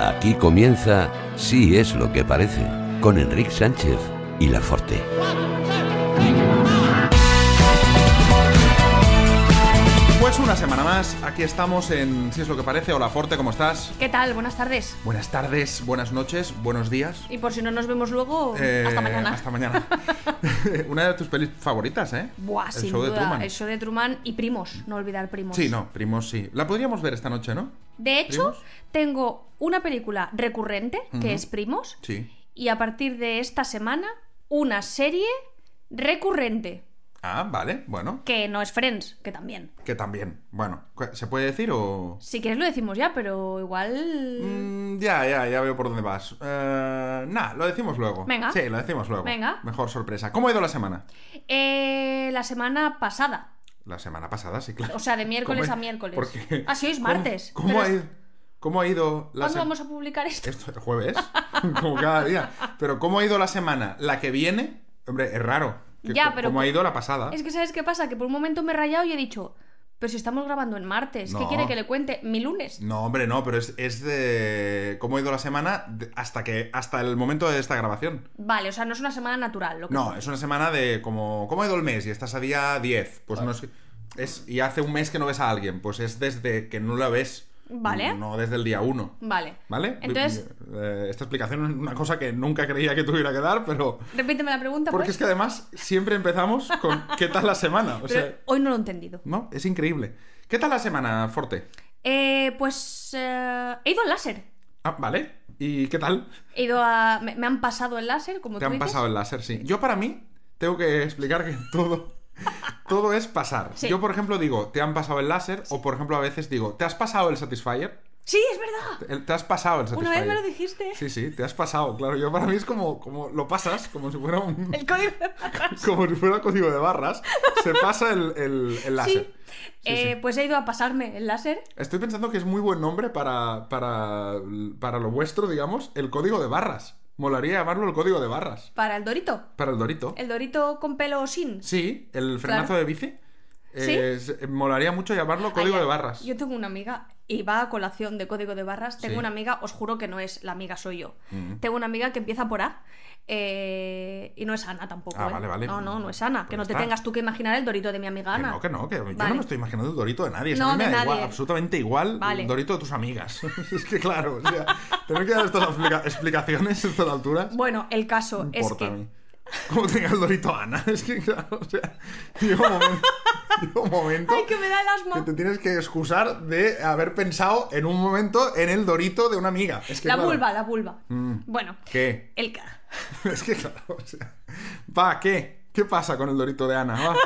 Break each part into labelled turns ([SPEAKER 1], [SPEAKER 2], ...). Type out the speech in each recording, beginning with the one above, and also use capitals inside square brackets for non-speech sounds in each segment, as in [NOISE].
[SPEAKER 1] Aquí comienza Sí es lo que parece, con Enrique Sánchez y La Forte.
[SPEAKER 2] Pues una semana más, aquí estamos en Si es lo que parece. Hola Forte, ¿cómo estás?
[SPEAKER 3] ¿Qué tal? Buenas tardes.
[SPEAKER 2] Buenas tardes, buenas noches, buenos días.
[SPEAKER 3] Y por si no nos vemos luego,
[SPEAKER 2] Eh,
[SPEAKER 3] hasta mañana.
[SPEAKER 2] Hasta mañana. [LAUGHS] una de tus pelis favoritas, ¿eh?
[SPEAKER 3] Buah,
[SPEAKER 2] El
[SPEAKER 3] sin
[SPEAKER 2] show de
[SPEAKER 3] duda.
[SPEAKER 2] Truman.
[SPEAKER 3] el show de Truman y primos, no olvidar primos.
[SPEAKER 2] Sí, no, primos sí. La podríamos ver esta noche, ¿no?
[SPEAKER 3] De hecho,
[SPEAKER 2] ¿Primos?
[SPEAKER 3] tengo una película recurrente, que
[SPEAKER 2] Ujú.
[SPEAKER 3] es Primos,
[SPEAKER 2] Sí.
[SPEAKER 3] y a partir de esta semana, una serie recurrente,
[SPEAKER 2] Ah, vale, bueno.
[SPEAKER 3] que no es Friends, que también.
[SPEAKER 2] Que también. Bueno, cu- ¿se puede decir o...?
[SPEAKER 3] Si quieres lo decimos ya, pero igual...
[SPEAKER 2] Mm, ya, ya, ya veo por dónde vas. Eh, nah, lo decimos luego.
[SPEAKER 3] Venga.
[SPEAKER 2] Sí, lo decimos luego.
[SPEAKER 3] Venga.
[SPEAKER 2] Mejor sorpresa. ¿Cómo ha ido la semana?
[SPEAKER 3] Eh, la semana pasada.
[SPEAKER 2] La semana pasada, sí, claro.
[SPEAKER 3] O sea, de miércoles
[SPEAKER 2] ¿Cómo
[SPEAKER 3] a
[SPEAKER 2] ha-
[SPEAKER 3] miércoles.
[SPEAKER 2] ¿Por qué?
[SPEAKER 3] Ah, sí, hoy es
[SPEAKER 2] ¿Cómo-
[SPEAKER 3] martes.
[SPEAKER 2] ¿Cómo,
[SPEAKER 3] Pero
[SPEAKER 2] ha
[SPEAKER 3] es-
[SPEAKER 2] ido, ¿Cómo ha ido la
[SPEAKER 3] ¿Cuándo
[SPEAKER 2] semana?
[SPEAKER 3] vamos a publicar esto?
[SPEAKER 2] Esto es jueves, [LAUGHS] como cada día. Pero ¿cómo ha ido la semana? La que viene, hombre, es raro. que
[SPEAKER 3] Ya,
[SPEAKER 2] ¿Cómo
[SPEAKER 3] pero-
[SPEAKER 2] ha ido la pasada?
[SPEAKER 3] Es que sabes qué pasa, que por un momento me he rayado y he dicho, pero si estamos grabando en martes, ¿qué
[SPEAKER 2] No.
[SPEAKER 3] quiere que le cuente? Mi lunes.
[SPEAKER 2] No, hombre, no, pero es, es de cómo ha ido la semana de- hasta que hasta el momento de esta grabación.
[SPEAKER 3] Vale, o sea, no es una semana natural. Lo que
[SPEAKER 2] No, es una semana de como cómo ha ido el mes y estás a día 10, pues no sé, es y hace un mes que no ves a alguien, pues es desde que no la ves.
[SPEAKER 3] Vale.
[SPEAKER 2] No desde el día 1.
[SPEAKER 3] Vale.
[SPEAKER 2] ¿Vale?
[SPEAKER 3] Entonces,
[SPEAKER 2] Eh, esta explicación es una cosa que nunca creía que tuviera que dar, pero
[SPEAKER 3] repíteme la pregunta,
[SPEAKER 2] Porque
[SPEAKER 3] pues.
[SPEAKER 2] es que además siempre empezamos
[SPEAKER 3] [LAUGHS]
[SPEAKER 2] con ¿qué tal la semana? O
[SPEAKER 3] Pero
[SPEAKER 2] sea,
[SPEAKER 3] hoy no lo he entendido.
[SPEAKER 2] no, es increíble. ¿Qué tal la semana, Forte?
[SPEAKER 3] Eh, pues eh, he ido al láser.
[SPEAKER 2] Ah, vale. ¿Y qué tal?
[SPEAKER 3] He ido a... Me, me han pasado el láser, como
[SPEAKER 2] Te
[SPEAKER 3] tú
[SPEAKER 2] han
[SPEAKER 3] dices.
[SPEAKER 2] pasado el láser, sí. Yo para mí tengo que explicar que
[SPEAKER 3] [LAUGHS]
[SPEAKER 2] todo todo es pasar.
[SPEAKER 3] Sí.
[SPEAKER 2] Yo por ejemplo digo, te han pasado el láser o por ejemplo a veces digo, ¿te has pasado el Satisfyer?
[SPEAKER 3] Sí, es verdad.
[SPEAKER 2] El- Te has pasado el Satisfyer.
[SPEAKER 3] Una vez me lo dijiste.
[SPEAKER 2] Sí, sí, te has pasado, claro. Yo para mí es como, como lo pasas, como si fuera un,
[SPEAKER 3] El código de barras.
[SPEAKER 2] como si fuera código de barras. Se pasa el, el- el láser.
[SPEAKER 3] Sí.
[SPEAKER 2] Sí,
[SPEAKER 3] Eh,
[SPEAKER 2] sí.
[SPEAKER 3] Pues he ido a pasarme el láser.
[SPEAKER 2] Estoy pensando que es muy buen nombre para, para, para lo vuestro, digamos, el código de barras. Molaría llamarlo el código de barras.
[SPEAKER 3] Para el dorito.
[SPEAKER 2] Para el Dorito.
[SPEAKER 3] El dorito con pelo o sin.
[SPEAKER 2] Sí, el frenazo
[SPEAKER 3] Claro.
[SPEAKER 2] de bici.
[SPEAKER 3] ¿Sí?
[SPEAKER 2] Eh, es- molaría mucho llamarlo código
[SPEAKER 3] Ay,
[SPEAKER 2] de barras.
[SPEAKER 3] Yo tengo una amiga y va a colación de código de barras. Tengo
[SPEAKER 2] Sí.
[SPEAKER 3] una amiga, os juro que no es la amiga, soy yo. Tengo una amiga que empieza por A eh, y no es Ana tampoco.
[SPEAKER 2] Ah,
[SPEAKER 3] ¿eh?
[SPEAKER 2] vale, vale.
[SPEAKER 3] No, no, no es Ana.
[SPEAKER 2] Pues
[SPEAKER 3] que no
[SPEAKER 2] ya
[SPEAKER 3] te
[SPEAKER 2] está.
[SPEAKER 3] tengas tú que imaginar el dorito de mi amiga
[SPEAKER 2] Que
[SPEAKER 3] Ana.
[SPEAKER 2] no, que no, que yo no
[SPEAKER 3] Vale.
[SPEAKER 2] me estoy imaginando el Dorito de nadie. Eso
[SPEAKER 3] No,
[SPEAKER 2] a mí me
[SPEAKER 3] de
[SPEAKER 2] da
[SPEAKER 3] nadie.
[SPEAKER 2] igual, absolutamente igual
[SPEAKER 3] Vale.
[SPEAKER 2] el Dorito de tus amigas. [LAUGHS] es que claro, o sea, tener que dar estas explica- explicaciones a estas alturas.
[SPEAKER 3] Bueno, el caso
[SPEAKER 2] no
[SPEAKER 3] es
[SPEAKER 2] importa
[SPEAKER 3] que.
[SPEAKER 2] a mí. [LAUGHS] Como tenga el Dorito Ana. [LAUGHS] Es que claro, o sea, llega un momento. [LAUGHS] llega un momento
[SPEAKER 3] ¡Ay, que me da el
[SPEAKER 2] Que
[SPEAKER 3] asma!
[SPEAKER 2] te tienes que excusar de haber pensado en un momento en el dorito de una amiga. Es que,
[SPEAKER 3] La
[SPEAKER 2] claro, Mm.
[SPEAKER 3] vulva, la vulva. Bueno,
[SPEAKER 2] ¿Qué? [LAUGHS]
[SPEAKER 3] el ca- [LAUGHS]
[SPEAKER 2] Es que claro, o sea. Va, ¿qué? ¿Qué pasa con el dorito de Ana?
[SPEAKER 3] [LAUGHS]
[SPEAKER 2] Va.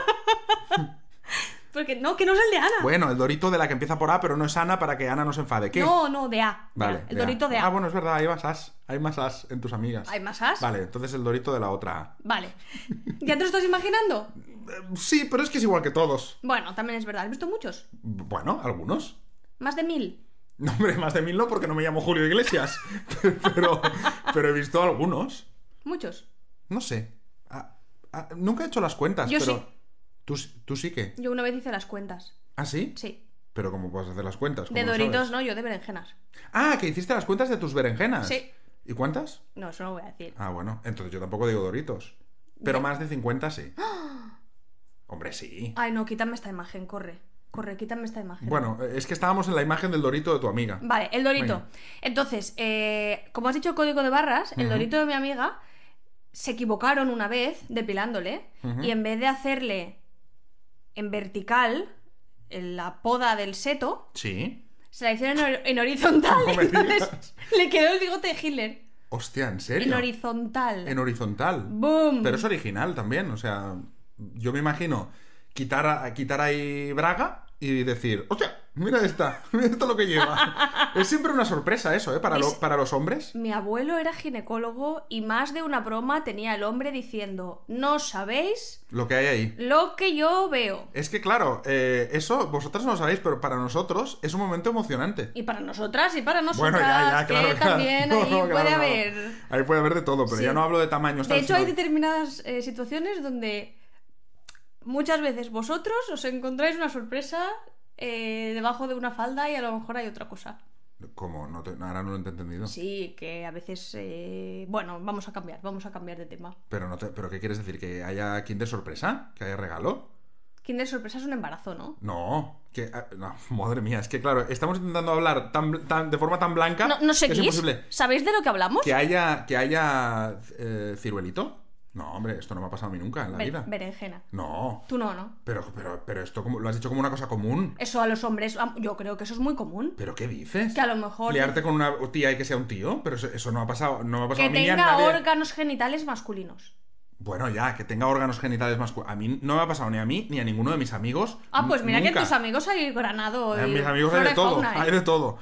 [SPEAKER 3] Porque no, que no es el de Ana.
[SPEAKER 2] Bueno, el dorito de la que empieza por A, pero no es Ana para que Ana no se enfade. ¿Qué?
[SPEAKER 3] No, no, de A. de
[SPEAKER 2] Vale.
[SPEAKER 3] A. el dorito de A.
[SPEAKER 2] Ah, bueno, es verdad, hay más as. Hay más as en tus amigas.
[SPEAKER 3] ¿Hay más as?
[SPEAKER 2] Vale, entonces el dorito de la otra A.
[SPEAKER 3] Vale. [LAUGHS] ¿Ya te lo estás imaginando?
[SPEAKER 2] Eh, Sí, pero es que es igual que todos.
[SPEAKER 3] Bueno, también es verdad. ¿Has visto muchos?
[SPEAKER 2] Bueno, algunos.
[SPEAKER 3] Más de mil.
[SPEAKER 2] No, hombre, más de mil no, porque no me llamo Julio Iglesias. [LAUGHS] Pero, pero he visto algunos.
[SPEAKER 3] Muchos.
[SPEAKER 2] No sé. Ah, ah, nunca he hecho las cuentas,
[SPEAKER 3] Yo
[SPEAKER 2] pero.
[SPEAKER 3] sí.
[SPEAKER 2] ¿Tú, s- tú sí que?
[SPEAKER 3] Yo una vez hice las cuentas.
[SPEAKER 2] ¿Ah, sí?
[SPEAKER 3] Sí.
[SPEAKER 2] Pero ¿cómo puedes hacer las cuentas? ¿Cómo
[SPEAKER 3] De
[SPEAKER 2] lo
[SPEAKER 3] Doritos,
[SPEAKER 2] sabes?
[SPEAKER 3] no, yo de berenjenas.
[SPEAKER 2] Ah, que hiciste las cuentas de tus berenjenas.
[SPEAKER 3] Sí.
[SPEAKER 2] ¿Y cuántas?
[SPEAKER 3] No, eso no lo voy a decir.
[SPEAKER 2] Ah, bueno. Entonces yo tampoco digo Doritos. Pero más de 50 sí.
[SPEAKER 3] ¡Ah!
[SPEAKER 2] Hombre, sí.
[SPEAKER 3] Ay, no, quítame esta imagen, corre. Corre, quítame esta imagen.
[SPEAKER 2] Bueno, es que estábamos en la imagen del Dorito de tu amiga.
[SPEAKER 3] Vale, el Dorito.
[SPEAKER 2] Venga.
[SPEAKER 3] Entonces, eh, como has dicho código de barras, el
[SPEAKER 2] Ujú.
[SPEAKER 3] Dorito de mi amiga se equivocaron una vez depilándole
[SPEAKER 2] Ujú.
[SPEAKER 3] y en vez de hacerle en vertical en la poda del seto,
[SPEAKER 2] Sí.
[SPEAKER 3] se la hicieron en, hor- en horizontal.
[SPEAKER 2] [LAUGHS] No me
[SPEAKER 3] [LAUGHS] entonces
[SPEAKER 2] digas.
[SPEAKER 3] le quedó el bigote de Hitler.
[SPEAKER 2] Hostia, ¿en
[SPEAKER 3] En
[SPEAKER 2] serio?
[SPEAKER 3] horizontal.
[SPEAKER 2] En horizontal.
[SPEAKER 3] ¡Boom!
[SPEAKER 2] Pero es original también, o sea, yo me imagino quitar, a- quitar ahí Braga y decir, hostia, mira esta, [LAUGHS] mira esto lo que
[SPEAKER 3] [LAUGHS]
[SPEAKER 2] lleva. es siempre una sorpresa eso, ¿eh? Para, lo-
[SPEAKER 3] Es-
[SPEAKER 2] para los hombres.
[SPEAKER 3] Mi abuelo era ginecólogo y más de una broma tenía el hombre diciendo, no sabéis
[SPEAKER 2] Lo que hay ahí.
[SPEAKER 3] lo que yo veo.
[SPEAKER 2] Es que claro, eh, eso vosotros no lo sabéis, pero para nosotros es un momento emocionante.
[SPEAKER 3] Y para nosotras y para nosotras,
[SPEAKER 2] Bueno, ya, ya, claro,
[SPEAKER 3] que
[SPEAKER 2] claro. [LAUGHS]
[SPEAKER 3] también
[SPEAKER 2] No,
[SPEAKER 3] ahí
[SPEAKER 2] no,
[SPEAKER 3] puede
[SPEAKER 2] claro, no.
[SPEAKER 3] haber...
[SPEAKER 2] Ahí puede haber de todo, pero
[SPEAKER 3] Sí.
[SPEAKER 2] ya no hablo de tamaños.
[SPEAKER 3] De
[SPEAKER 2] tal,
[SPEAKER 3] hecho, hay
[SPEAKER 2] sino-
[SPEAKER 3] determinadas eh, situaciones donde muchas veces vosotros os encontráis una sorpresa eh, debajo de una falda y a lo mejor hay otra cosa.
[SPEAKER 2] Como no te- ahora no lo he entendido.
[SPEAKER 3] Sí, que a veces. eh, Bueno, vamos a cambiar, vamos a cambiar de tema.
[SPEAKER 2] Pero no te- pero qué quieres decir que haya Kinder sorpresa, que haya regalo?
[SPEAKER 3] Kinder sorpresa es un embarazo, ¿no?
[SPEAKER 2] No, que ah, no, [LAUGHS] madre mía, es que claro, estamos intentando hablar tan, tan- de forma tan blanca
[SPEAKER 3] No, no
[SPEAKER 2] que es
[SPEAKER 3] seguís.
[SPEAKER 2] imposible.
[SPEAKER 3] ¿Sabéis de lo que hablamos?
[SPEAKER 2] Que haya que haya eh, ciruelito? No, hombre, esto no me ha pasado a mí nunca en la
[SPEAKER 3] Be-
[SPEAKER 2] vida.
[SPEAKER 3] berenjena.
[SPEAKER 2] No.
[SPEAKER 3] Tú no, ¿no?
[SPEAKER 2] Pero pero pero esto como lo has dicho como una cosa común.
[SPEAKER 3] Eso a los hombres, am- yo creo que eso es muy común.
[SPEAKER 2] ¿Pero qué dices?
[SPEAKER 3] Que a lo mejor
[SPEAKER 2] Liarte con una tía y que sea un tío, pero eso, eso no ha pasado, no me ha pasado
[SPEAKER 3] que
[SPEAKER 2] a mí ni a
[SPEAKER 3] tenga
[SPEAKER 2] nadie.
[SPEAKER 3] órganos genitales masculinos.
[SPEAKER 2] Bueno, ya, que tenga órganos genitales masculinos. A mí no me ha pasado ni a mí ni a ninguno de mis amigos.
[SPEAKER 3] Ah, pues mira que
[SPEAKER 2] Nunca.
[SPEAKER 3] en tus amigos hay granado.
[SPEAKER 2] Eh,
[SPEAKER 3] y
[SPEAKER 2] mis amigos hay
[SPEAKER 3] flora
[SPEAKER 2] de
[SPEAKER 3] y
[SPEAKER 2] todo,
[SPEAKER 3] fauna, ¿eh?
[SPEAKER 2] hay de todo.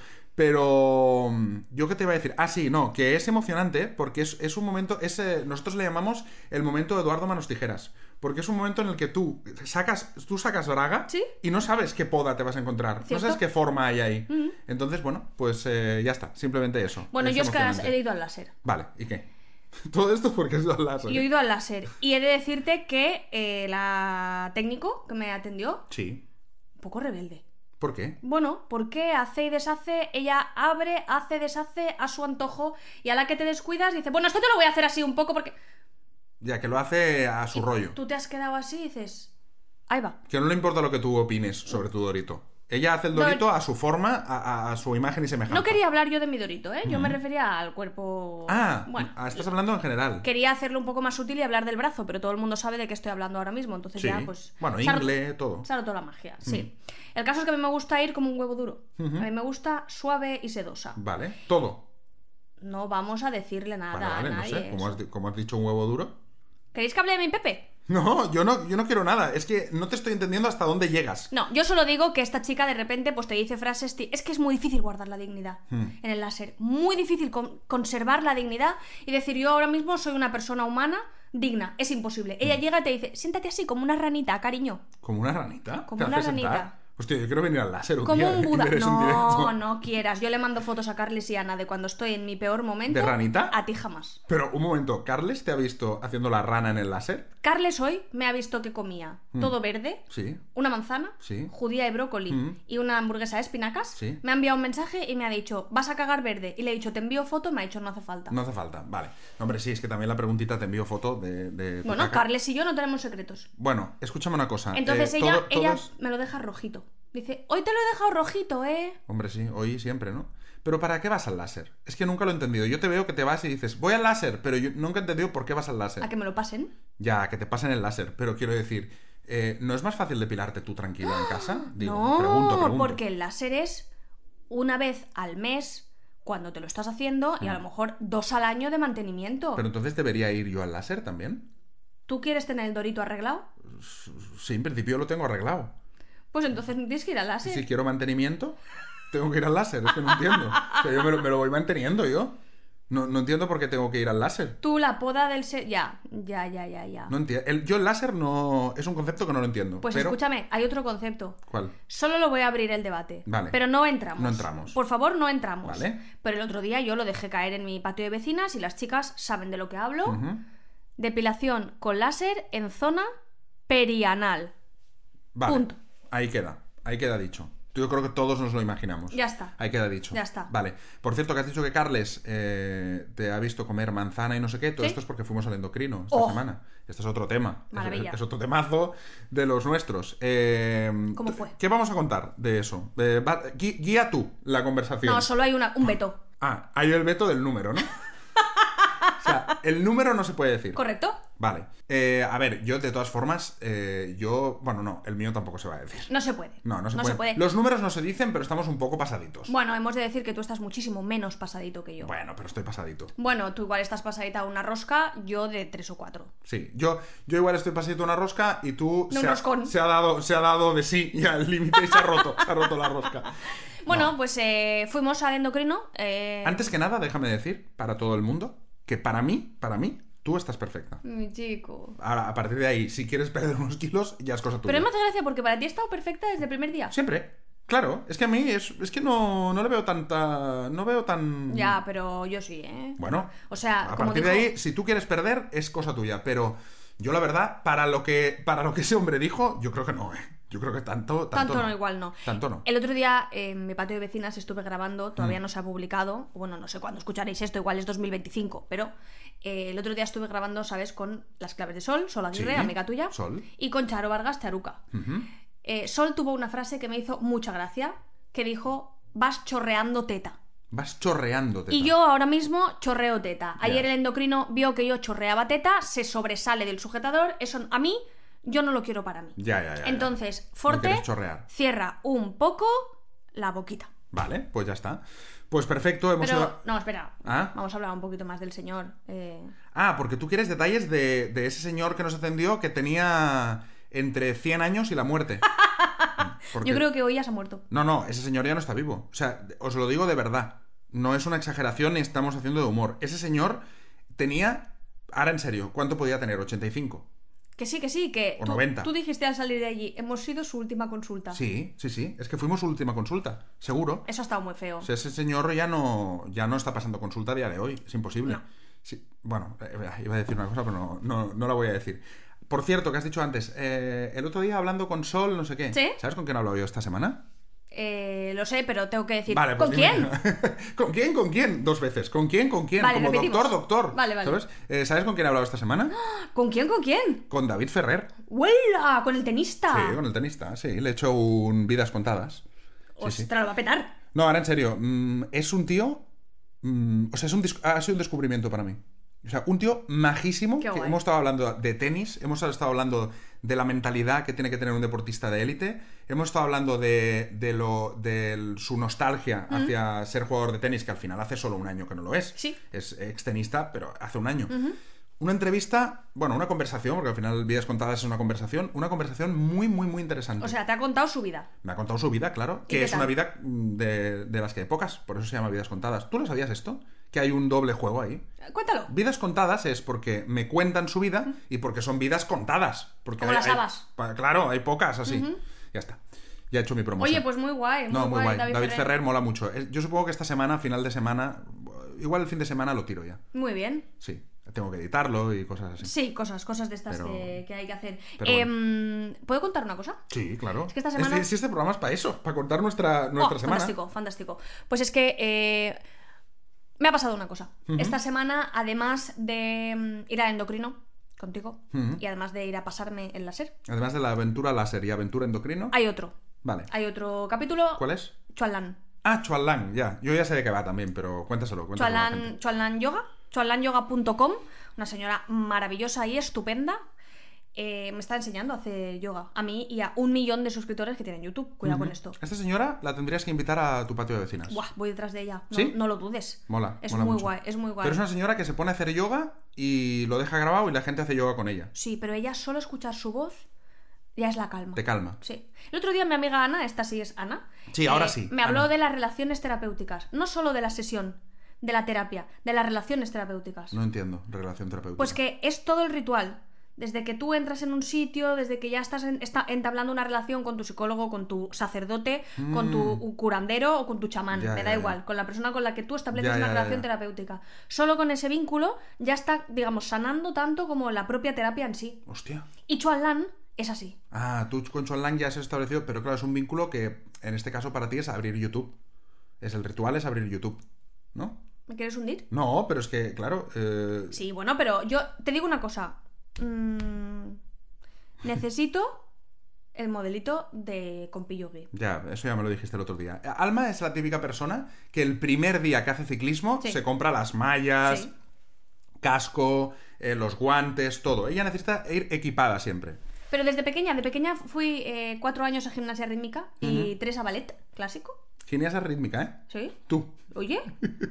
[SPEAKER 2] Pero mm, yo qué te iba a decir, ah sí, no, que es emocionante porque es, es un momento, es, eh, nosotros le llamamos el momento de Eduardo Manos Tijeras, porque es un momento en el que tú sacas, tú sacas braga
[SPEAKER 3] Sí.
[SPEAKER 2] y no sabes qué poda te vas a encontrar, no
[SPEAKER 3] ¿Cierto?
[SPEAKER 2] sabes qué forma hay ahí. Entonces, bueno, pues eh, ya está, simplemente eso.
[SPEAKER 3] Bueno, yo es que
[SPEAKER 2] emocionante.
[SPEAKER 3] he ido al láser.
[SPEAKER 2] Vale, ¿y qué? [LAUGHS] Todo esto porque es la
[SPEAKER 3] Yo he ido al láser. Y he de decirte que eh, la técnico que me atendió,
[SPEAKER 2] Sí.
[SPEAKER 3] un poco rebelde.
[SPEAKER 2] ¿Por qué?
[SPEAKER 3] Bueno, porque hace y deshace, ella abre, hace, deshace a su antojo y a la que te descuidas dice, bueno, esto te lo voy a hacer así un poco porque...
[SPEAKER 2] Ya que lo hace a su
[SPEAKER 3] Y
[SPEAKER 2] rollo.
[SPEAKER 3] Tú te has quedado así y dices, ahí va.
[SPEAKER 2] Que no le importa lo que tú opines sobre tu Dorito. Ella hace el
[SPEAKER 3] No,
[SPEAKER 2] Dorito a su forma, a, a- a su imagen y semejanza.
[SPEAKER 3] No quería hablar yo de mi dorito, ¿eh? Yo me refería al cuerpo...
[SPEAKER 2] Ah,
[SPEAKER 3] bueno.
[SPEAKER 2] ah, estás hablando en general.
[SPEAKER 3] Quería hacerlo un poco más sutil y hablar del brazo, pero todo el mundo sabe de qué estoy hablando ahora mismo, entonces
[SPEAKER 2] Sí.
[SPEAKER 3] ya pues...
[SPEAKER 2] Bueno, Mm.
[SPEAKER 3] se ha-
[SPEAKER 2] ingle, todo.
[SPEAKER 3] Se ha roto la magia, sí. El caso es que a mí me gusta ir como un huevo duro. A mí me gusta suave y sedosa.
[SPEAKER 2] Vale, todo.
[SPEAKER 3] No vamos a decirle
[SPEAKER 2] Vale,
[SPEAKER 3] nada
[SPEAKER 2] vale,
[SPEAKER 3] a
[SPEAKER 2] no
[SPEAKER 3] nadie.
[SPEAKER 2] sé. Como
[SPEAKER 3] eso.
[SPEAKER 2] has, di- como has dicho un huevo duro? [LAUGHS]
[SPEAKER 3] ¿Queréis que hable de mi Pepe?
[SPEAKER 2] No, yo no, yo no quiero nada. Es que no te estoy entendiendo hasta dónde llegas.
[SPEAKER 3] No, yo solo digo que esta chica de repente pues te dice frases, ti- es que es muy difícil guardar la dignidad
[SPEAKER 2] Hmm.
[SPEAKER 3] en el láser, muy difícil con- conservar la dignidad y decir yo ahora mismo soy una persona humana digna, es imposible.
[SPEAKER 2] Hmm.
[SPEAKER 3] Ella llega y te dice, siéntate así como una ranita, cariño,
[SPEAKER 2] ¿Como una ranita?
[SPEAKER 3] Como
[SPEAKER 2] ¿Te
[SPEAKER 3] una
[SPEAKER 2] hace sentar?
[SPEAKER 3] ranita.
[SPEAKER 2] Hostia, yo quiero venir al láser un
[SPEAKER 3] como
[SPEAKER 2] día [LAUGHS]
[SPEAKER 3] un
[SPEAKER 2] y
[SPEAKER 3] Buda.
[SPEAKER 2] ver eso en
[SPEAKER 3] No,
[SPEAKER 2] directo.
[SPEAKER 3] no quieras, yo le mando fotos a Carles y Ana de cuando estoy en mi peor momento.
[SPEAKER 2] ¿De ranita?
[SPEAKER 3] A ti jamás.
[SPEAKER 2] Pero un momento, ¿Carles te ha visto haciendo la rana en el láser?
[SPEAKER 3] Carles hoy me ha visto que comía
[SPEAKER 2] Hmm.
[SPEAKER 3] todo verde,
[SPEAKER 2] Sí.
[SPEAKER 3] una manzana,
[SPEAKER 2] Sí.
[SPEAKER 3] judía y brócoli
[SPEAKER 2] Mm.
[SPEAKER 3] y una hamburguesa de espinacas,
[SPEAKER 2] Sí.
[SPEAKER 3] me ha enviado un mensaje y me ha dicho, vas a cagar verde. Y le he dicho, te envío foto y me ha dicho, no hace falta.
[SPEAKER 2] No hace falta, vale. No, hombre, sí, es que también la preguntita te envío foto de. de tu
[SPEAKER 3] bueno,
[SPEAKER 2] caca.
[SPEAKER 3] Carles y yo no tenemos secretos.
[SPEAKER 2] Bueno, escúchame una cosa.
[SPEAKER 3] Entonces
[SPEAKER 2] eh,
[SPEAKER 3] ella,
[SPEAKER 2] todo-
[SPEAKER 3] ella
[SPEAKER 2] todos-
[SPEAKER 3] me lo deja rojito. Dice, hoy te lo he dejado rojito, ¿eh?
[SPEAKER 2] Hombre, sí, hoy siempre, ¿no? Pero ¿para qué vas al láser? Es que nunca lo he entendido. Yo te veo que te vas y dices, voy al láser, pero yo nunca he entendido por qué vas al láser.
[SPEAKER 3] A que me lo pasen.
[SPEAKER 2] Ya, que te pasen el láser, pero quiero decir, eh, ¿no es más fácil depilarte tú tranquila en
[SPEAKER 3] [GASPS]
[SPEAKER 2] casa? Digo,
[SPEAKER 3] no,
[SPEAKER 2] pregunto, pregunto.
[SPEAKER 3] porque el láser es una vez al mes cuando te lo estás haciendo y a lo mejor dos al año de mantenimiento.
[SPEAKER 2] Pero entonces debería ir yo al láser también.
[SPEAKER 3] ¿Tú quieres tener el dorito arreglado?
[SPEAKER 2] Sí, en principio lo tengo arreglado.
[SPEAKER 3] Pues entonces tienes que ir al láser.
[SPEAKER 2] Si quiero mantenimiento, tengo que ir al láser, es que no entiendo. O sea, yo me lo, me lo voy manteniendo yo. No, no entiendo por qué tengo que ir al láser.
[SPEAKER 3] Tú la poda del se- Ya, ya, ya, ya, ya.
[SPEAKER 2] No entiendo. El, yo el láser no. Es un concepto que no lo entiendo.
[SPEAKER 3] pues
[SPEAKER 2] pero...
[SPEAKER 3] escúchame, hay otro concepto.
[SPEAKER 2] ¿Cuál?
[SPEAKER 3] Solo lo voy a abrir el debate.
[SPEAKER 2] Vale.
[SPEAKER 3] Pero no entramos.
[SPEAKER 2] No entramos.
[SPEAKER 3] Por favor, no entramos.
[SPEAKER 2] Vale.
[SPEAKER 3] Pero el otro día yo lo dejé caer en mi patio de vecinas y las chicas saben de lo que hablo.
[SPEAKER 2] Ujú.
[SPEAKER 3] Depilación con láser en zona perianal.
[SPEAKER 2] Vale.
[SPEAKER 3] Punto.
[SPEAKER 2] Ahí queda. Ahí queda dicho. Yo creo que todos nos lo imaginamos.
[SPEAKER 3] Ya está.
[SPEAKER 2] Ahí queda dicho.
[SPEAKER 3] Ya está.
[SPEAKER 2] Vale. Por cierto, que has dicho que Carles eh, te ha visto comer manzana y no sé qué. Todo
[SPEAKER 3] Sí.
[SPEAKER 2] esto es porque fuimos al endocrino esta
[SPEAKER 3] Oh.
[SPEAKER 2] semana. Este es otro tema.
[SPEAKER 3] Maravilla.
[SPEAKER 2] Es, es otro temazo de los nuestros. Eh,
[SPEAKER 3] ¿Cómo fue?
[SPEAKER 2] ¿Qué vamos a contar de eso? De- va- gui- guía tú la conversación.
[SPEAKER 3] No, solo hay una, un veto.
[SPEAKER 2] Ah, hay el veto del número,
[SPEAKER 3] [LAUGHS]
[SPEAKER 2] ¿no? o sea, el número no se puede decir.
[SPEAKER 3] ¿Correcto?
[SPEAKER 2] Vale. Eh, a ver, yo de todas formas, eh, yo. Bueno, no, el mío tampoco se va a decir.
[SPEAKER 3] No se puede.
[SPEAKER 2] No, no se, puede. Los números no se dicen, pero estamos un poco pasaditos.
[SPEAKER 3] Bueno, hemos de decir que tú estás muchísimo menos pasadito que yo.
[SPEAKER 2] Bueno, pero estoy pasadito.
[SPEAKER 3] Bueno, tú igual estás pasadita a una rosca, yo de tres o cuatro.
[SPEAKER 2] Sí, yo, yo igual estoy pasadito una rosca y tú
[SPEAKER 3] De un
[SPEAKER 2] se, ha,
[SPEAKER 3] roscón.
[SPEAKER 2] se ha dado, se ha dado de sí y al límite y se ha roto, se ha roto la rosca.
[SPEAKER 3] Bueno,
[SPEAKER 2] No.
[SPEAKER 3] pues eh, fuimos al endocrino. [LAUGHS] eh,
[SPEAKER 2] Antes que nada, déjame decir para todo el mundo que para mí, para mí, tú estás perfecta.
[SPEAKER 3] Mi chico.
[SPEAKER 2] Ahora, a partir de ahí, si quieres perder unos kilos, Pues ya es cosa tuya.
[SPEAKER 3] Pero me hace gracia porque para ti he estado perfecta desde el primer día.
[SPEAKER 2] Siempre. Claro, es que a mí es, es que no, no le veo tanta. No veo tan.
[SPEAKER 3] Ya, pero yo sí, ¿eh?
[SPEAKER 2] Bueno,
[SPEAKER 3] O sea,
[SPEAKER 2] a
[SPEAKER 3] como
[SPEAKER 2] partir de
[SPEAKER 3] dijo-
[SPEAKER 2] ahí, si tú quieres perder, es cosa tuya. Pero yo, la verdad, para lo que, para lo que ese hombre dijo, yo creo que no, ¿eh? Yo creo que tanto, tanto,
[SPEAKER 3] Tanto, no, igual no.
[SPEAKER 2] Tanto no.
[SPEAKER 3] El otro día eh, en mi patio de vecinas estuve grabando,
[SPEAKER 2] Mm.
[SPEAKER 3] todavía no se ha publicado, bueno, no sé cuándo escucharéis esto, igual es 2025, pero eh, el otro día estuve grabando, ¿sabes? Con Las Claves de Sol, Sol Aguirre,
[SPEAKER 2] Sí,
[SPEAKER 3] amiga tuya,
[SPEAKER 2] Sol.
[SPEAKER 3] y con Charo Vargas Charuca.
[SPEAKER 2] Ujú.
[SPEAKER 3] Eh, Sol tuvo una frase que me hizo mucha gracia, que dijo, vas chorreando teta.
[SPEAKER 2] Vas chorreando.
[SPEAKER 3] Y
[SPEAKER 2] teta.
[SPEAKER 3] yo ahora mismo chorreo teta. Ayer
[SPEAKER 2] Ya.
[SPEAKER 3] el endocrino vio que yo chorreaba teta, se sobresale del sujetador, eso a mí, yo no lo quiero para mí.
[SPEAKER 2] Ya, ya, ya, ya.
[SPEAKER 3] Entonces,
[SPEAKER 2] No
[SPEAKER 3] Forte
[SPEAKER 2] quieres chorrear.
[SPEAKER 3] cierra un poco la boquita.
[SPEAKER 2] Vale, pues ya está. Pues perfecto, hemos
[SPEAKER 3] Pero,
[SPEAKER 2] ido-
[SPEAKER 3] no, espera.
[SPEAKER 2] ¿Ah?
[SPEAKER 3] Vamos a hablar un poquito más del señor. eh,
[SPEAKER 2] Ah, porque tú quieres detalles de, de ese señor que nos atendió que tenía entre 100 años y la muerte. Porque-
[SPEAKER 3] [LAUGHS] Yo creo que hoy ya se ha muerto.
[SPEAKER 2] No, no, ese señor ya no está vivo. O sea, os lo digo de verdad. No es una exageración ni estamos haciendo de humor. Ese señor tenía... Ahora en serio, ¿cuánto podía tener? 85.
[SPEAKER 3] Que sí, que sí, que
[SPEAKER 2] O
[SPEAKER 3] tú,
[SPEAKER 2] 90.
[SPEAKER 3] tú dijiste al salir de allí, hemos sido su última consulta.
[SPEAKER 2] Sí, sí, sí. Es que fuimos su última consulta, seguro.
[SPEAKER 3] Eso ha estado muy feo.
[SPEAKER 2] O sea, ese señor ya no, ya no está pasando consulta a día de hoy. Es imposible.
[SPEAKER 3] No.
[SPEAKER 2] Sí, bueno, eh, iba a decir una cosa, pero no, no, no la voy a decir. Por cierto, que has dicho antes, eh, el otro día hablando con Sol, no sé qué.
[SPEAKER 3] ¿Sí?
[SPEAKER 2] ¿Sabes con quién he hablado yo esta semana?
[SPEAKER 3] Eh, lo sé, pero tengo que decir.
[SPEAKER 2] Vale, pues
[SPEAKER 3] ¿Con
[SPEAKER 2] dime.
[SPEAKER 3] quién?
[SPEAKER 2] [LAUGHS] ¿Con quién? ¿Con quién? Dos veces. ¿Con quién? ¿Con quién?
[SPEAKER 3] Vale,
[SPEAKER 2] Como
[SPEAKER 3] repetimos.
[SPEAKER 2] doctor, doctor.
[SPEAKER 3] Vale, vale.
[SPEAKER 2] ¿Sabes? Eh, ¿Sabes con quién he hablado esta
[SPEAKER 3] [GASPS]
[SPEAKER 2] semana?
[SPEAKER 3] ¿Con quién? ¿Con quién?
[SPEAKER 2] Con David Ferrer.
[SPEAKER 3] ¡Huela! Con el tenista.
[SPEAKER 2] Sí, con el tenista. Sí, le he hecho un Vidas Contadas. Sí,
[SPEAKER 3] Ostras,
[SPEAKER 2] sí.
[SPEAKER 3] lo va a petar.
[SPEAKER 2] No, ahora en serio, mm, es un tío. mm, o sea, es un dis- ha sido un descubrimiento para mí. O sea, un tío majísimo.
[SPEAKER 3] Qué
[SPEAKER 2] que
[SPEAKER 3] guay.
[SPEAKER 2] hemos estado hablando de tenis, hemos estado hablando de la mentalidad que tiene que tener un deportista de élite, hemos estado hablando de, de lo, de su nostalgia hacia ser jugador de tenis, que al final hace solo un año que no lo es.
[SPEAKER 3] Sí.
[SPEAKER 2] Es extenista, pero hace un año. Una entrevista, bueno, una conversación, porque al final Vidas Contadas es una conversación, una conversación muy, muy, muy interesante.
[SPEAKER 3] O sea, te ha contado su vida.
[SPEAKER 2] Me ha contado su vida, claro.
[SPEAKER 3] ¿Y
[SPEAKER 2] Que
[SPEAKER 3] qué
[SPEAKER 2] es una
[SPEAKER 3] tal?
[SPEAKER 2] vida mm, de, de las que hay pocas, por eso se llama Vidas Contadas. ¿Tú lo sabías esto? Que hay un doble juego ahí.
[SPEAKER 3] Cuéntalo.
[SPEAKER 2] Vidas contadas es porque me cuentan su vida y porque son vidas contadas. Porque
[SPEAKER 3] Como
[SPEAKER 2] hay-
[SPEAKER 3] las
[SPEAKER 2] hay-
[SPEAKER 3] habas.
[SPEAKER 2] pa- claro, hay pocas así. Ya está. Ya he hecho mi promoción.
[SPEAKER 3] Oye, pues muy guay. Muy
[SPEAKER 2] No, muy guay.
[SPEAKER 3] David, Ferrer.
[SPEAKER 2] Ferrer mola mucho. Es- Yo supongo que esta semana, final de semana, igual el fin de semana lo tiro ya.
[SPEAKER 3] Muy bien.
[SPEAKER 2] Sí. Tengo que editarlo y cosas así.
[SPEAKER 3] Sí, cosas, cosas de estas
[SPEAKER 2] Pero-
[SPEAKER 3] que, que hay que hacer.
[SPEAKER 2] pero
[SPEAKER 3] Em, ¿Puedo contar una cosa?
[SPEAKER 2] Sí, claro.
[SPEAKER 3] Es que esta semana-
[SPEAKER 2] si este programa es para eso, para contar nuestra, nuestra
[SPEAKER 3] Oh,
[SPEAKER 2] semana.
[SPEAKER 3] Fantástico, fantástico. Pues es que eh, me ha pasado una cosa. Esta semana, además de mm, ir al endocrino contigo
[SPEAKER 2] Ujú.
[SPEAKER 3] y además de ir a pasarme el láser,
[SPEAKER 2] Además de la aventura láser y aventura endocrino.
[SPEAKER 3] hay otro.
[SPEAKER 2] Vale.
[SPEAKER 3] Hay otro capítulo.
[SPEAKER 2] ¿Cuál es?
[SPEAKER 3] Chualan.
[SPEAKER 2] Ah, Chualang, ya. Yo ya sé de qué va también, pero cuéntaselo, cuéntaselo. a la gente.
[SPEAKER 3] Chualan, Chualan Yoga, chualanyoga.com, una señora maravillosa y estupenda. eh, me está enseñando a hacer yoga a mí y a un millón de suscriptores que tienen YouTube. Cuidado con esto.
[SPEAKER 2] Esta señora la tendrías que invitar a tu patio de vecinas.
[SPEAKER 3] Buah, voy detrás de ella. No,
[SPEAKER 2] ¿Sí?
[SPEAKER 3] no lo dudes.
[SPEAKER 2] Mola.
[SPEAKER 3] Es
[SPEAKER 2] mola
[SPEAKER 3] muy
[SPEAKER 2] mucho.
[SPEAKER 3] guay, es muy guay.
[SPEAKER 2] Pero es una señora que se pone a hacer yoga y lo deja grabado y la gente hace yoga con ella.
[SPEAKER 3] Sí, pero ella solo escuchar su voz ya es la calma.
[SPEAKER 2] Te calma.
[SPEAKER 3] Sí. El otro día mi amiga Ana, esta sí es Ana. eh,
[SPEAKER 2] Sí, ahora sí,
[SPEAKER 3] Me habló
[SPEAKER 2] Ana.
[SPEAKER 3] de las relaciones terapéuticas, no solo de la sesión, de la terapia, de las relaciones terapéuticas.
[SPEAKER 2] No entiendo, relación terapéutica.
[SPEAKER 3] Pues que es todo el ritual. Desde que tú entras en un sitio, desde que ya estás en- está entablando una relación con tu psicólogo, con tu sacerdote, con tu curandero o con tu chamán,
[SPEAKER 2] Mm. Ya,
[SPEAKER 3] me
[SPEAKER 2] ya,
[SPEAKER 3] da
[SPEAKER 2] ya.
[SPEAKER 3] igual, con la persona con la que tú estableces
[SPEAKER 2] Ya,
[SPEAKER 3] una
[SPEAKER 2] ya, ya,
[SPEAKER 3] relación
[SPEAKER 2] ya.
[SPEAKER 3] terapéutica. Solo con ese vínculo ya está, digamos, sanando tanto como la propia terapia en sí.
[SPEAKER 2] Hostia.
[SPEAKER 3] Y Chuan Lan es así.
[SPEAKER 2] Ah, tú con Chualang ya has establecido, pero claro, es un vínculo que en este caso para ti es abrir YouTube. Es el ritual, es abrir YouTube. ¿No?
[SPEAKER 3] ¿Me quieres hundir?
[SPEAKER 2] No, pero es que, claro. eh,
[SPEAKER 3] Sí, bueno, pero yo te digo una cosa. Mm, necesito el modelito de Compi
[SPEAKER 2] Ya, eso ya me lo dijiste el otro día. Alma es la típica persona que el primer día que hace ciclismo
[SPEAKER 3] Sí.
[SPEAKER 2] se compra las mallas,
[SPEAKER 3] Sí.
[SPEAKER 2] casco, eh, los guantes, todo. Ella necesita ir equipada siempre.
[SPEAKER 3] Pero desde pequeña, de pequeña fui eh, cuatro años a gimnasia rítmica y tres a ballet clásico.
[SPEAKER 2] Gimnasia rítmica, ¿eh?
[SPEAKER 3] ¿Sí?
[SPEAKER 2] Tú.
[SPEAKER 3] Oye,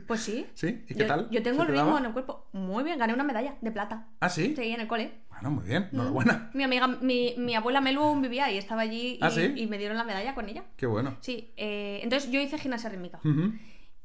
[SPEAKER 3] pues sí.
[SPEAKER 2] [LAUGHS] ¿Sí? ¿Y qué
[SPEAKER 3] yo,
[SPEAKER 2] tal?
[SPEAKER 3] Yo tengo
[SPEAKER 2] ¿Se
[SPEAKER 3] el
[SPEAKER 2] te
[SPEAKER 3] ritmo
[SPEAKER 2] daba?
[SPEAKER 3] en el cuerpo. Muy bien, gané una medalla de plata.
[SPEAKER 2] ¿Ah, sí?
[SPEAKER 3] Sí, en el cole.
[SPEAKER 2] Bueno, muy bien. Enhorabuena.
[SPEAKER 3] Mi amiga, mi, mi abuela Melu aún vivía y estaba allí y,
[SPEAKER 2] ¿Ah, sí?
[SPEAKER 3] y me dieron la medalla con ella.
[SPEAKER 2] Qué bueno. Mm.
[SPEAKER 3] Sí, eh, entonces yo hice gimnasia rítmica
[SPEAKER 2] Ujú.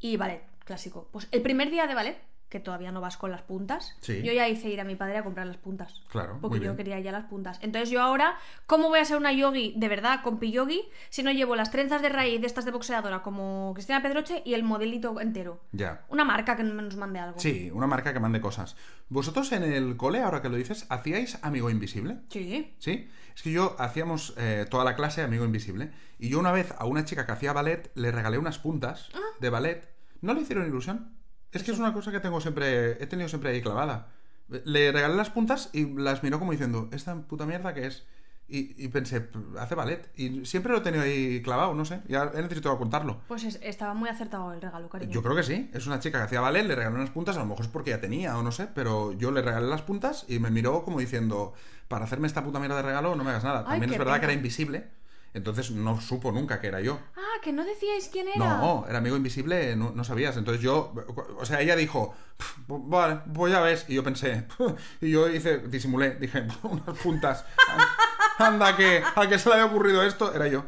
[SPEAKER 3] y ballet clásico. Pues el primer día de ballet que todavía no vas con las puntas.
[SPEAKER 2] Sí.
[SPEAKER 3] Yo ya hice ir a mi padre a comprar las puntas.
[SPEAKER 2] Claro,
[SPEAKER 3] Porque
[SPEAKER 2] muy
[SPEAKER 3] yo
[SPEAKER 2] bien.
[SPEAKER 3] quería ya las puntas. Entonces yo ahora, ¿cómo voy a ser una yogi de verdad con yogi si no llevo las trenzas de raíz de estas de boxeadora como Cristina Pedroche y el modelito entero?
[SPEAKER 2] Ya.
[SPEAKER 3] Una marca que nos mande algo.
[SPEAKER 2] Sí, una marca que mande cosas. ¿Vosotros en el cole, ahora que lo dices, hacíais amigo invisible?
[SPEAKER 3] Sí.
[SPEAKER 2] ¿Sí? Es que yo hacíamos eh, toda la clase Amigo Invisible. Y yo una vez a una chica que hacía ballet le regalé unas puntas de ballet. No le hicieron ilusión. Es que es una cosa que tengo siempre. He tenido siempre ahí clavada. Le regalé las puntas y las miró como diciendo, esta puta mierda que es. Y, y pensé, "P- hace ballet. Y siempre lo he tenido ahí clavado, no sé. Ya he necesitado contarlo.
[SPEAKER 3] Pues es- estaba muy acertado el regalo, cariño.
[SPEAKER 2] Yo creo que sí. Es una chica que hacía ballet, le regalé unas puntas, a lo mejor es porque ya tenía o no sé, pero yo le regalé las puntas y me miró como diciendo, para hacerme esta puta mierda de regalo no me hagas nada.
[SPEAKER 3] Ay,
[SPEAKER 2] También
[SPEAKER 3] qué
[SPEAKER 2] es verdad
[SPEAKER 3] pena.
[SPEAKER 2] que era invisible, entonces no supo nunca que era yo.
[SPEAKER 3] Ah, que no decíais quién era.
[SPEAKER 2] No, era amigo invisible, no, no sabías. Entonces yo, o sea, ella dijo, "Pf, vale, pues ya ves. Y yo pensé, y yo hice, disimulé, dije, [LAUGHS] unas puntas. Anda, que a que se le había ocurrido esto, era yo.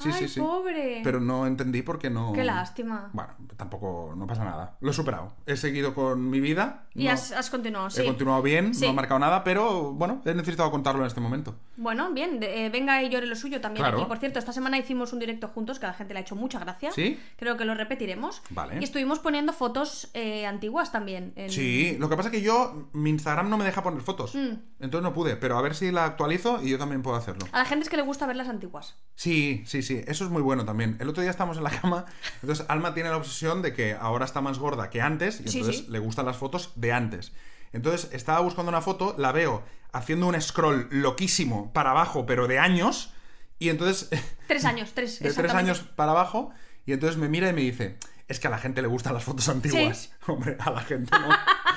[SPEAKER 2] Sí,
[SPEAKER 3] Ay,
[SPEAKER 2] sí, sí.
[SPEAKER 3] pobre.
[SPEAKER 2] Pero no entendí por qué no.
[SPEAKER 3] Qué lástima.
[SPEAKER 2] Bueno, tampoco, no pasa nada. Lo he superado. He seguido con mi vida.
[SPEAKER 3] Y
[SPEAKER 2] no-
[SPEAKER 3] has, has continuado, sí.
[SPEAKER 2] He continuado bien,
[SPEAKER 3] Sí.
[SPEAKER 2] no he marcado nada, pero bueno, he necesitado contarlo en este momento.
[SPEAKER 3] Bueno, bien, de- eh, venga y llore lo suyo también
[SPEAKER 2] Claro.
[SPEAKER 3] aquí. Por cierto, esta semana hicimos un directo juntos que a la gente le ha hecho mucha gracia.
[SPEAKER 2] ¿Sí?
[SPEAKER 3] Creo que lo repetiremos.
[SPEAKER 2] Vale.
[SPEAKER 3] Y estuvimos poniendo fotos eh, antiguas también. en-
[SPEAKER 2] Sí, lo que pasa es que yo, mi Instagram no me deja poner fotos.
[SPEAKER 3] Mm.
[SPEAKER 2] Entonces no pude, pero a ver si la actualizo y yo también puedo hacerlo.
[SPEAKER 3] A la gente es que le gusta ver las antiguas.
[SPEAKER 2] Sí, sí, sí, eso es muy bueno también. El otro día estábamos en la cama, entonces Alma tiene la obsesión de que ahora está más gorda que antes y
[SPEAKER 3] Sí,
[SPEAKER 2] entonces
[SPEAKER 3] sí.
[SPEAKER 2] le gustan las fotos de antes. Entonces estaba buscando una foto, la veo haciendo un scroll loquísimo para abajo, pero de años, y entonces
[SPEAKER 3] Tres años, tres.
[SPEAKER 2] de tres
[SPEAKER 3] exactamente.
[SPEAKER 2] años para abajo, y entonces me mira y me dice, es que a la gente le gustan las fotos antiguas. [LAUGHS] Hombre, a la gente no. [LAUGHS]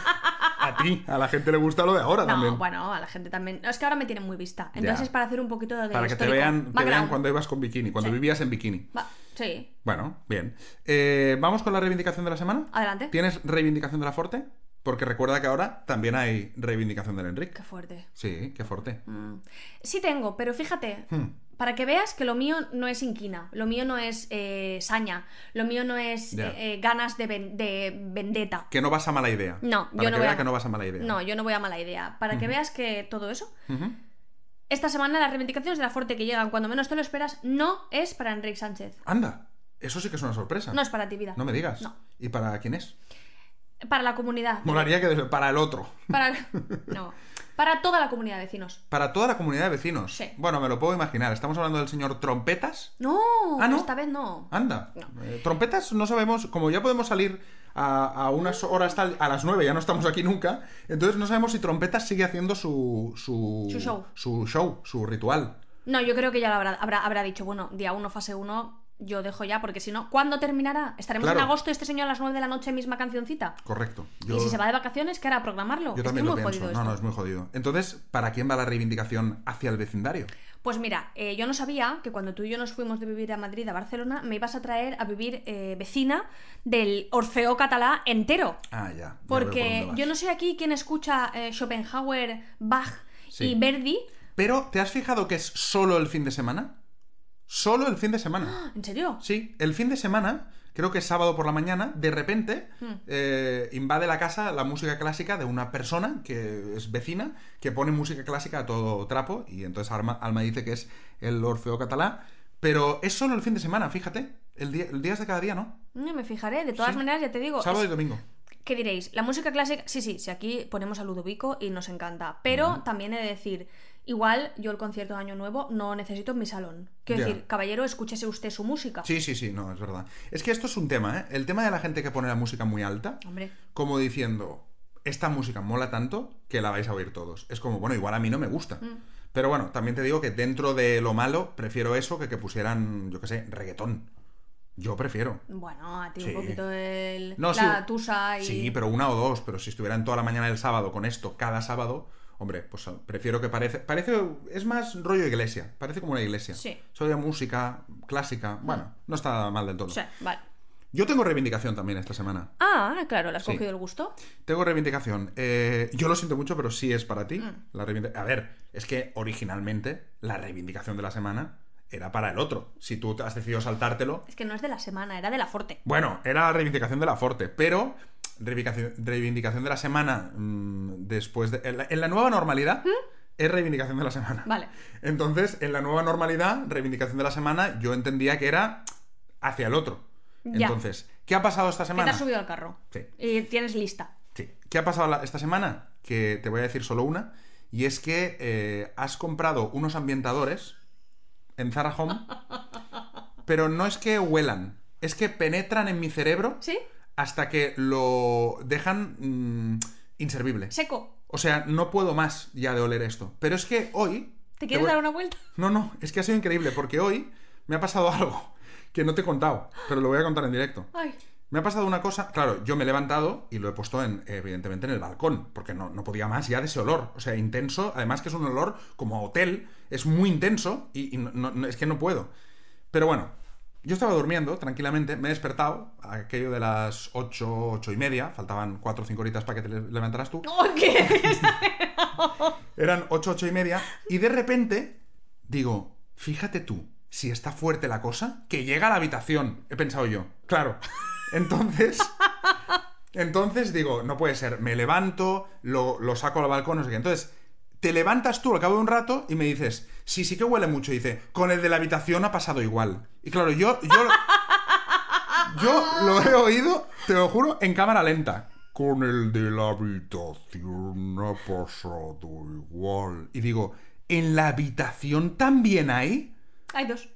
[SPEAKER 2] A ti, a la gente le gusta lo de ahora
[SPEAKER 3] No,
[SPEAKER 2] también.
[SPEAKER 3] bueno, a la gente también. No, Es que ahora me tienen muy vista. Entonces
[SPEAKER 2] Ya.
[SPEAKER 3] es para hacer un poquito de.
[SPEAKER 2] para que te
[SPEAKER 3] histórico.
[SPEAKER 2] vean, te vean
[SPEAKER 3] Background.
[SPEAKER 2] cuando ibas con bikini, cuando
[SPEAKER 3] Sí.
[SPEAKER 2] vivías en bikini.
[SPEAKER 3] Va- Sí,
[SPEAKER 2] Bueno, bien. Eh, ¿Vamos con la reivindicación de la semana?
[SPEAKER 3] adelante.
[SPEAKER 2] ¿Tienes reivindicación de la Forte? Porque recuerda que ahora también hay reivindicación del Enrique.
[SPEAKER 3] Qué fuerte.
[SPEAKER 2] Sí, qué fuerte.
[SPEAKER 3] Mm. Sí tengo, pero fíjate,
[SPEAKER 2] Hmm.
[SPEAKER 3] para que veas que lo mío no es inquina, lo mío no es eh, saña, lo mío no es
[SPEAKER 2] Ya.
[SPEAKER 3] eh, eh, ganas de, ven- de vendetta.
[SPEAKER 2] Que no vas a mala idea.
[SPEAKER 3] No,
[SPEAKER 2] Para
[SPEAKER 3] yo
[SPEAKER 2] que
[SPEAKER 3] no voy
[SPEAKER 2] vea
[SPEAKER 3] a-
[SPEAKER 2] que no vas a mala idea.
[SPEAKER 3] No, yo no voy a mala idea. Para que veas que todo eso.
[SPEAKER 2] Ujú.
[SPEAKER 3] Esta semana las reivindicaciones de la Forte que llegan cuando menos te lo esperas no es para Enrique Sánchez.
[SPEAKER 2] Anda, eso sí que es una sorpresa.
[SPEAKER 3] No es para ti, vida.
[SPEAKER 2] Ah. No me digas.
[SPEAKER 3] No.
[SPEAKER 2] ¿Y para quién es?
[SPEAKER 3] Para la comunidad.
[SPEAKER 2] Molaría que desde- para el otro.
[SPEAKER 3] Para... No. Para toda la comunidad de vecinos.
[SPEAKER 2] Para toda la comunidad de vecinos.
[SPEAKER 3] Sí.
[SPEAKER 2] Bueno, me lo puedo imaginar. Estamos hablando del señor Trompetas.
[SPEAKER 3] No,
[SPEAKER 2] Ah, ¿no?
[SPEAKER 3] esta vez no.
[SPEAKER 2] Anda. Eh, trompetas no sabemos, como ya podemos salir a, a unas horas tal, a las 9, ya no estamos aquí nunca, entonces no sabemos si Trompetas sigue haciendo su, su,
[SPEAKER 3] Su show.
[SPEAKER 2] su show, su ritual.
[SPEAKER 3] No, yo creo que ya lo habrá, habrá, habrá dicho, bueno, día 1, fase 1, yo dejo ya, porque si no, ¿cuándo terminará? ¿Estaremos en
[SPEAKER 2] Claro.
[SPEAKER 3] agosto y este señor a las 9 de la noche, misma cancioncita?
[SPEAKER 2] Correcto.
[SPEAKER 3] Y si se va de vacaciones, ¿qué hará? ¿Programarlo?
[SPEAKER 2] yo
[SPEAKER 3] es que
[SPEAKER 2] también
[SPEAKER 3] es
[SPEAKER 2] lo
[SPEAKER 3] muy
[SPEAKER 2] pienso.
[SPEAKER 3] jodido
[SPEAKER 2] No, no,
[SPEAKER 3] esto.
[SPEAKER 2] es muy jodido. Entonces, ¿para quién va la reivindicación hacia el vecindario?
[SPEAKER 3] Pues mira, eh, yo no sabía que cuando tú y yo nos fuimos de vivir a Madrid a Barcelona, me ibas a traer a vivir eh, vecina del Orfeo catalá entero.
[SPEAKER 2] Ah, ya. ya veo por dónde
[SPEAKER 3] Porque
[SPEAKER 2] vas.
[SPEAKER 3] yo no sé aquí quién escucha eh, Schopenhauer, Bach
[SPEAKER 2] Sí.
[SPEAKER 3] y Verdi.
[SPEAKER 2] Pero, ¿te has fijado que es solo el fin de semana? Solo el fin de semana.
[SPEAKER 3] ¿En serio?
[SPEAKER 2] Sí, el fin de semana, creo que es sábado por la mañana, de repente eh, invade la casa la música clásica de una persona que es vecina, que pone música clásica a todo trapo, y entonces Alma, Alma dice que es el Orfeo catalá, pero es solo el fin de semana, fíjate, el día, el día es de cada día, ¿no?
[SPEAKER 3] No me fijaré. De todas
[SPEAKER 2] Sí.
[SPEAKER 3] maneras, ya te digo,
[SPEAKER 2] sábado
[SPEAKER 3] Oh, es-
[SPEAKER 2] y domingo.
[SPEAKER 3] ¿Qué diréis? La música clásica, sí, sí, sí, aquí ponemos a Ludovico y nos encanta. Pero también he de decir, igual yo el concierto de Año Nuevo no necesito en mi salón. Quiero
[SPEAKER 2] Ya.
[SPEAKER 3] decir, caballero, escúchese usted su música.
[SPEAKER 2] Sí, sí, sí, no, es verdad. Es que esto es un tema, ¿eh? El tema de la gente que pone la música muy alta,
[SPEAKER 3] Hombre,
[SPEAKER 2] como diciendo, esta música mola tanto que la vais a oír todos. Es como, bueno, igual a mí no me gusta. Pero bueno, también te digo que dentro de lo malo, prefiero eso que que pusieran, yo qué sé, reggaetón. Yo prefiero.
[SPEAKER 3] bueno, a ti
[SPEAKER 2] Sí.
[SPEAKER 3] un poquito el...
[SPEAKER 2] No,
[SPEAKER 3] la
[SPEAKER 2] sí.
[SPEAKER 3] tusa y...
[SPEAKER 2] Sí, pero una o dos, pero si estuvieran toda la mañana del sábado con esto cada sábado, hombre, pues prefiero que parece... Parece... Es más rollo iglesia, parece como una iglesia.
[SPEAKER 3] Sí.
[SPEAKER 2] Solo hay música clásica, bueno, no está mal del todo.
[SPEAKER 3] O sea, vale.
[SPEAKER 2] Yo tengo reivindicación también esta semana.
[SPEAKER 3] Ah, claro, le has
[SPEAKER 2] Sí.
[SPEAKER 3] cogido el gusto.
[SPEAKER 2] Tengo reivindicación. Eh, yo lo siento mucho, pero sí es para ti.
[SPEAKER 3] Mm.
[SPEAKER 2] La reivindic- A ver, es que originalmente la reivindicación de la semana era para el otro. Si tú te has decidido saltártelo.
[SPEAKER 3] Es que no es de la semana, era de la Forte.
[SPEAKER 2] Bueno, era la reivindicación de la Forte, pero reivindicación, reivindicación de la semana mm, después de. En la, en la nueva normalidad es reivindicación de la semana.
[SPEAKER 3] ¿Mm? Vale.
[SPEAKER 2] Entonces, en la nueva normalidad, reivindicación de la semana, yo entendía que era hacia el otro.
[SPEAKER 3] Ya.
[SPEAKER 2] Entonces, ¿qué ha pasado esta
[SPEAKER 3] Que te
[SPEAKER 2] semana?
[SPEAKER 3] has subido al carro.
[SPEAKER 2] Sí.
[SPEAKER 3] Y tienes lista.
[SPEAKER 2] Sí. ¿Qué ha pasado la- esta semana? Que te voy a decir solo una. Y es que eh, has comprado unos ambientadores en Zara
[SPEAKER 3] [LAUGHS]
[SPEAKER 2] Home. pero no es que huelan. Es que penetran en mi cerebro
[SPEAKER 3] ¿Sí?
[SPEAKER 2] hasta que lo dejan mm, inservible.
[SPEAKER 3] Seco.
[SPEAKER 2] O sea, no puedo más ya de oler esto. Pero es que hoy...
[SPEAKER 3] ¿Te quieres
[SPEAKER 2] voy-
[SPEAKER 3] dar una vuelta?
[SPEAKER 2] No, no, es que ha sido increíble porque hoy me ha pasado [LAUGHS] algo que no te he contado, pero lo voy a contar en directo.
[SPEAKER 3] Ay.
[SPEAKER 2] Me ha pasado una cosa, claro, yo me he levantado y lo he puesto en, evidentemente en el balcón, porque no, no podía más ya de ese olor, o sea, intenso, además que es un olor como a hotel, es muy intenso y, y no- no- no- es que no puedo. Pero bueno, yo estaba durmiendo tranquilamente, me he despertado, aquello de las 8, 8 y media, faltaban 4 o 5 horitas para que te le- levantaras tú,
[SPEAKER 3] Oh,
[SPEAKER 2] [LAUGHS]
[SPEAKER 3] ¿qué?
[SPEAKER 2] eran 8, 8 y media, y de repente digo, fíjate tú, si está fuerte la cosa, que llega a la habitación, he pensado yo. Claro. [LAUGHS] Entonces, entonces digo, no puede ser, me levanto, lo, lo saco al balcón, no sé qué. Entonces, te levantas tú al cabo de un rato y me dices, sí, sí que huele mucho. Y dice, con el de la habitación ha pasado igual. Y claro, yo, yo, yo lo he oído, te lo juro, en cámara lenta. Con el de la habitación ha pasado igual. Y digo, ¿en la habitación también hay?
[SPEAKER 3] Hay dos.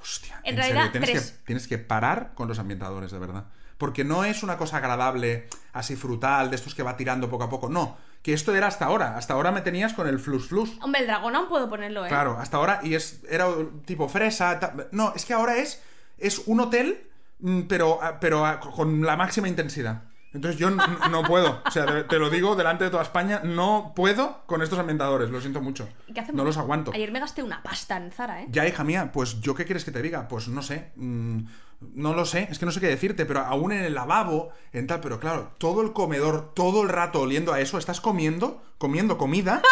[SPEAKER 2] Hostia,
[SPEAKER 3] En
[SPEAKER 2] en,
[SPEAKER 3] realidad,
[SPEAKER 2] serio, tienes
[SPEAKER 3] tres.
[SPEAKER 2] que, tienes que parar con los ambientadores, de verdad. Porque no es una cosa agradable, así frutal, de estos que va tirando poco a poco. No, que esto era hasta ahora. Hasta ahora me tenías con el flus flus.
[SPEAKER 3] Hombre, el dragón aún puedo ponerlo, ¿eh?
[SPEAKER 2] Claro, hasta ahora, y es era tipo fresa. ta- No, es que ahora es, es un hotel, mm, pero, ah, pero ah, con la máxima intensidad. Entonces yo n- no puedo, o sea, te- te lo digo delante de toda España, no puedo con estos ambientadores, lo siento mucho.
[SPEAKER 3] ¿Y qué hacemos?
[SPEAKER 2] No los aguanto.
[SPEAKER 3] Ayer me gasté una pasta en Zara, ¿eh?
[SPEAKER 2] Ya, hija mía, pues yo qué quieres que te diga, pues no sé, mm, no lo sé, es que no sé qué decirte, pero aún en el lavabo, en tal, pero claro, todo el comedor, todo el rato oliendo a eso, estás comiendo, comiendo comida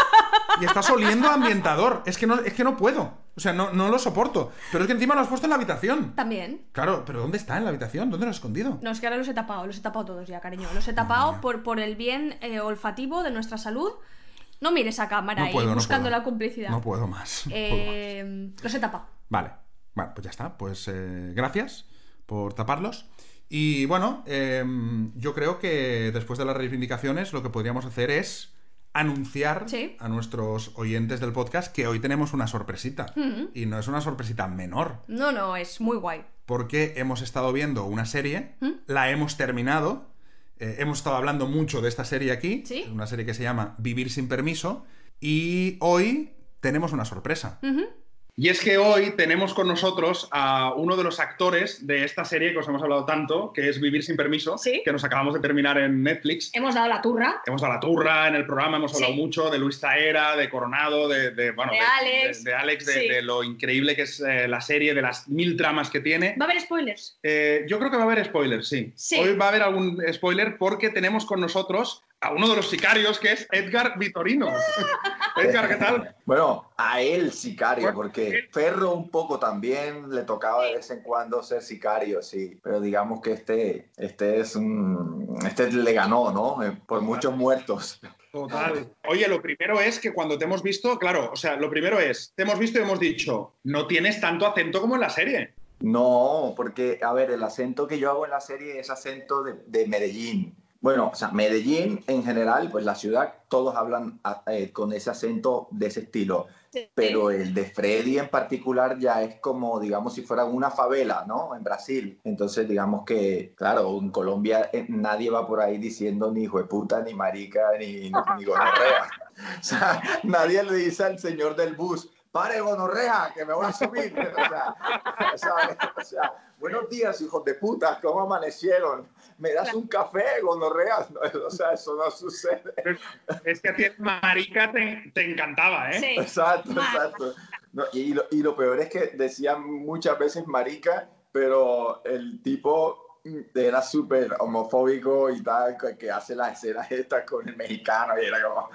[SPEAKER 2] y estás oliendo a ambientador, es que no, es que no puedo, o sea, no, no lo soporto, pero es que encima lo has puesto en la habitación.
[SPEAKER 3] También.
[SPEAKER 2] Claro, pero ¿dónde está en la habitación? ¿Dónde lo has escondido?
[SPEAKER 3] No, es que ahora los he tapado, los he tapado todos ya, cariño. Los he tapado por, por el bien eh, olfativo de nuestra salud. No mires a cámara
[SPEAKER 2] No
[SPEAKER 3] y
[SPEAKER 2] puedo, no
[SPEAKER 3] buscando
[SPEAKER 2] puedo.
[SPEAKER 3] la complicidad.
[SPEAKER 2] No puedo más. no puedo más.
[SPEAKER 3] Eh, los he tapado.
[SPEAKER 2] Vale, vale, pues ya está. Pues eh, gracias por taparlos. Y bueno, em, yo creo que después de las reivindicaciones lo que podríamos hacer es anunciar
[SPEAKER 3] Sí.
[SPEAKER 2] a nuestros oyentes del podcast que hoy tenemos una sorpresita.
[SPEAKER 3] Mm.
[SPEAKER 2] Y no es una sorpresita menor,
[SPEAKER 3] Mm-hmm. No, no, es muy guay.
[SPEAKER 2] porque hemos estado viendo una serie,
[SPEAKER 3] Mm.
[SPEAKER 2] la hemos terminado, eh, hemos estado hablando mucho de esta serie aquí,
[SPEAKER 3] Sí.
[SPEAKER 2] una serie que se llama Vivir sin permiso, y hoy tenemos una sorpresa.
[SPEAKER 3] Ujú.
[SPEAKER 2] Y es que hoy tenemos con nosotros a uno de los actores de esta serie que os hemos hablado tanto, que es Vivir sin Permiso,
[SPEAKER 3] Sí.
[SPEAKER 2] que nos acabamos de terminar en Netflix.
[SPEAKER 3] Hemos dado la turra.
[SPEAKER 2] Hemos dado la turra en el programa, hemos hablado
[SPEAKER 3] Sí.
[SPEAKER 2] mucho de Luis Taera, de Coronado, de, de, bueno,
[SPEAKER 3] De Alex.
[SPEAKER 2] de, de Alex, de,
[SPEAKER 3] Sí.
[SPEAKER 2] de lo increíble que es eh, la serie, de las mil tramas que tiene.
[SPEAKER 3] Va a haber spoilers.
[SPEAKER 2] Eh, yo creo que va a haber spoilers, sí.
[SPEAKER 3] Sí.
[SPEAKER 2] Hoy va a haber algún spoiler porque tenemos con nosotros a uno de los sicarios que es Edgar
[SPEAKER 3] [LAUGHS]
[SPEAKER 2] Vitorino. Edgar, ¿qué tal?
[SPEAKER 4] Bueno, a él sicario,
[SPEAKER 2] Bueno,
[SPEAKER 4] porque
[SPEAKER 2] él-
[SPEAKER 4] Ferro un poco también le tocaba de vez en cuando ser sicario, sí. Pero digamos que este, este es un, este le ganó, ¿no? Eh, Por muchos muertos.
[SPEAKER 2] Total. Oye, lo primero es que cuando te hemos visto, claro, o sea, lo primero es, te hemos visto y hemos dicho, no tienes tanto acento como en la serie.
[SPEAKER 4] No, porque, a ver, el acento que yo hago en la serie es acento de, de Medellín. Bueno, o sea, Medellín en general, pues la ciudad, todos hablan a- eh, con ese acento de ese estilo. Pero el de Freddy en particular ya es como, digamos, si fuera una favela, ¿no? En Brasil. Entonces, digamos que, claro, en Colombia eh, nadie va por ahí diciendo ni hijo de puta, ni marica, ni, ni gonorrea. [LAUGHS] O sea, nadie le dice al señor del bus, pare gonorrea, que me voy a subir. [LAUGHS] O sea, ¿sabes? O sea, buenos días, hijos de puta, ¿cómo amanecieron? ¿Me das un café, gonorrea? [LAUGHS] No, o sea, eso no sucede.
[SPEAKER 2] Es que a ti, marica, te, te encantaba, ¿eh?
[SPEAKER 3] Sí.
[SPEAKER 4] Exacto,
[SPEAKER 3] Mal.
[SPEAKER 4] exacto. No, y, lo, y lo peor es que decían muchas veces marica, pero el tipo mm, era súper homofóbico y tal, que- que hace las escenas estas con el mexicano y era como...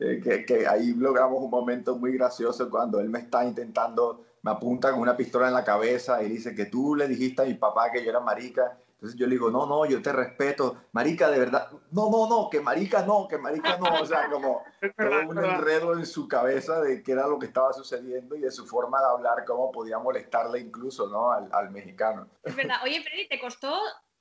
[SPEAKER 4] eh, Que, que ahí logramos un momento muy gracioso cuando él me está intentando, me apunta con una pistola en la cabeza y dice que tú le dijiste a mi papá que yo era marica. Entonces Entonces yo le digo, no, no, yo te respeto, marica, de verdad, no, no, no, que marica no, que marica no, o sea, como todo un enredo en su cabeza de qué era lo que estaba sucediendo y de su forma de hablar, cómo podía molestarle incluso, ¿no? Al, al mexicano.
[SPEAKER 3] Es verdad. Oye, Freddy, ¿te costó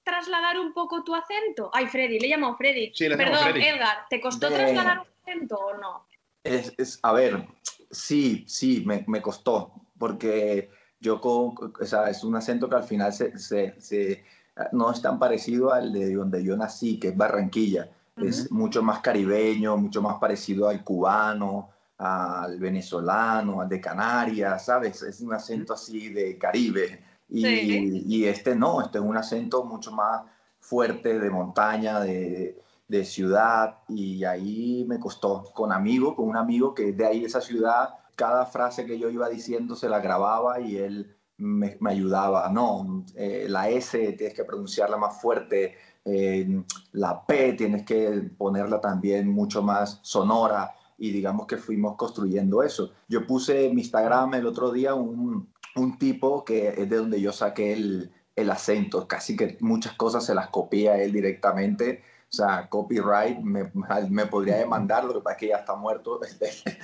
[SPEAKER 3] trasladar un poco tu acento? Ay, Freddy, le llamo Freddy.
[SPEAKER 5] Sí, le llamo
[SPEAKER 3] Perdón,
[SPEAKER 5] Freddy.
[SPEAKER 3] Edgar, ¿te costó
[SPEAKER 4] Bien.
[SPEAKER 3] trasladar un acento o no?
[SPEAKER 4] Es, es- a ver, sí, sí, me, me costó, porque yo, co- o sea, es un acento que al final se, se- se- no es tan parecido al de donde yo nací, que es Barranquilla. Es mucho más caribeño, mucho más parecido al cubano, al venezolano, al de Canarias, ¿sabes? Es un acento así de Caribe. Y,
[SPEAKER 3] Sí.
[SPEAKER 4] y este no, este es un acento mucho más fuerte, de montaña, de, de ciudad y ahí me costó con amigo, con un amigo que es de ahí de esa ciudad, cada frase que yo iba diciendo se la grababa y él me, me ayudaba, no, eh, la S tienes que pronunciarla más fuerte, eh, la P tienes que ponerla también mucho más sonora y digamos que fuimos construyendo eso. Yo puse en mi Instagram el otro día un, un tipo que es de donde yo saqué el, el acento, casi que muchas cosas se las copia él directamente o sea, copyright me, me podría demandar, lo que pasa es que ya está muerto, [LAUGHS]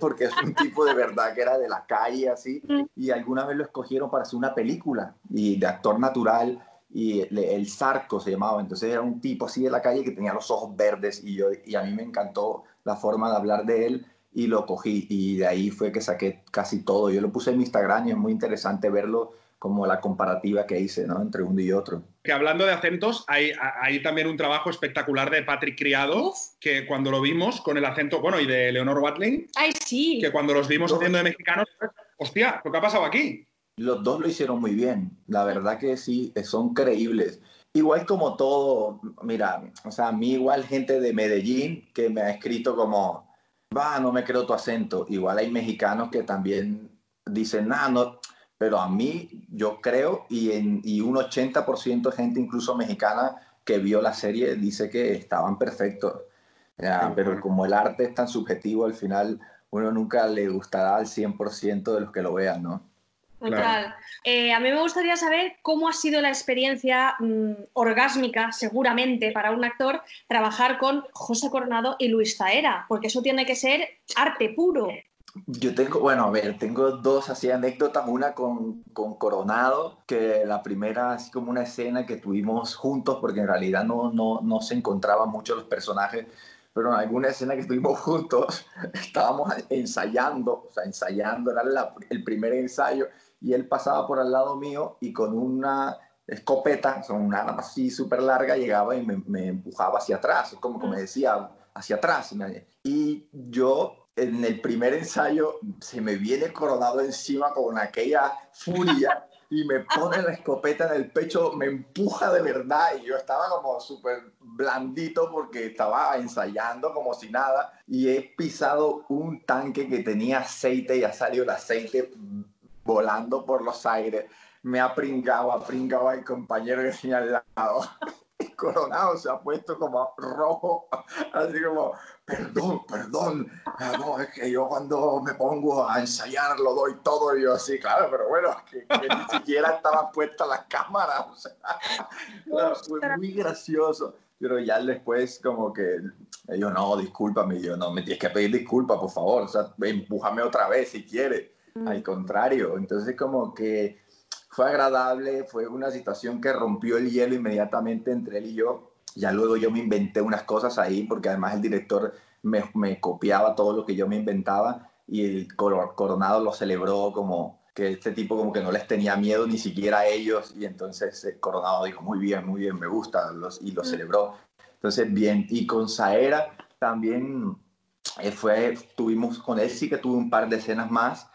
[SPEAKER 4] porque es un tipo de verdad que era de la calle, así, y alguna vez lo escogieron para hacer una película, y de actor natural, y le- el Zarco se llamaba, entonces era un tipo así de la calle que tenía los ojos verdes, y, yo, y a mí me encantó la forma de hablar de él, y lo cogí, y de ahí fue que saqué casi todo, yo lo puse en mi Instagram, y es muy interesante verlo como la comparativa que hice, ¿no?, entre uno y otro.
[SPEAKER 5] Que hablando de acentos, hay, a- hay también un trabajo espectacular de Patrick Criado, que cuando lo vimos con el acento, bueno, y de Leonor Watling,
[SPEAKER 3] Ay, sí.
[SPEAKER 5] que cuando los vimos haciendo de mexicanos, hostia, ¿qué ha pasado aquí?
[SPEAKER 4] Los dos lo hicieron muy bien, la verdad que sí, son creíbles. Igual como todo, mira, o sea, a mí igual gente de Medellín que me ha escrito como, va, no me creo tu acento. Igual hay mexicanos que también dicen, nah, no, pero a mí yo creo y, en, y un 80% de gente, incluso mexicana, que vio la serie dice que estaban perfectos. Ya,
[SPEAKER 5] Qué
[SPEAKER 4] pero
[SPEAKER 5] bueno.
[SPEAKER 4] como el arte es tan subjetivo, al final uno nunca le gustará al 100% de los que lo vean, ¿no?
[SPEAKER 3] Total.
[SPEAKER 5] Claro.
[SPEAKER 3] Eh, a mí me gustaría saber cómo ha sido la experiencia mm, orgásmica, seguramente, para un actor trabajar con José Coronado y Luis Zaera, porque eso tiene que ser arte puro.
[SPEAKER 4] Yo tengo, bueno, a ver, tengo dos así anécdotas, una con, con Coronado, que la primera así como una escena que tuvimos juntos, porque en realidad no, no, no se encontraban mucho los personajes, pero en alguna escena que estuvimos juntos, [LAUGHS] estábamos ensayando, o sea, ensayando, era la- el primer ensayo, y él pasaba por al lado mío y con una escopeta, o sea, una arma así súper larga, llegaba y me, me empujaba hacia atrás, como que me decía, hacia atrás. me- Y yo, en el primer ensayo, se me viene coronado encima con aquella furia y me pone la escopeta en el pecho, me empuja de verdad y yo estaba como súper blandito porque estaba ensayando como si nada y he pisado un tanque que tenía aceite y ha salido el aceite volando por los aires. Me ha pringado, ha pringado al compañero que tenía al lado. [LAUGHS] Coronado se ha puesto como rojo, así como, perdón, perdón, Ah, no, es que yo cuando me pongo a ensayar lo doy todo, y yo así, claro, pero bueno, que, que ni siquiera estaban puestas las cámaras, o sea, claro, pues, fue muy gracioso, pero ya después como que, yo no, discúlpame, y yo no, me tienes que pedir disculpas, por favor, o sea, empújame otra vez si quieres,
[SPEAKER 3] Mm.
[SPEAKER 4] al contrario, entonces como que fue agradable, fue una situación que rompió el hielo inmediatamente entre él y yo. Ya luego yo me inventé unas cosas ahí, porque además el director me, me copiaba todo lo que yo me inventaba y el Coro- Coronado lo celebró como que este tipo como que no les tenía miedo ni siquiera a ellos y entonces el Coronado dijo, muy bien, muy bien, me gusta los, y lo
[SPEAKER 3] Mm.
[SPEAKER 4] celebró. Entonces, bien, y con Saera también eh, fue, tuvimos, con él sí que tuve un par de escenas más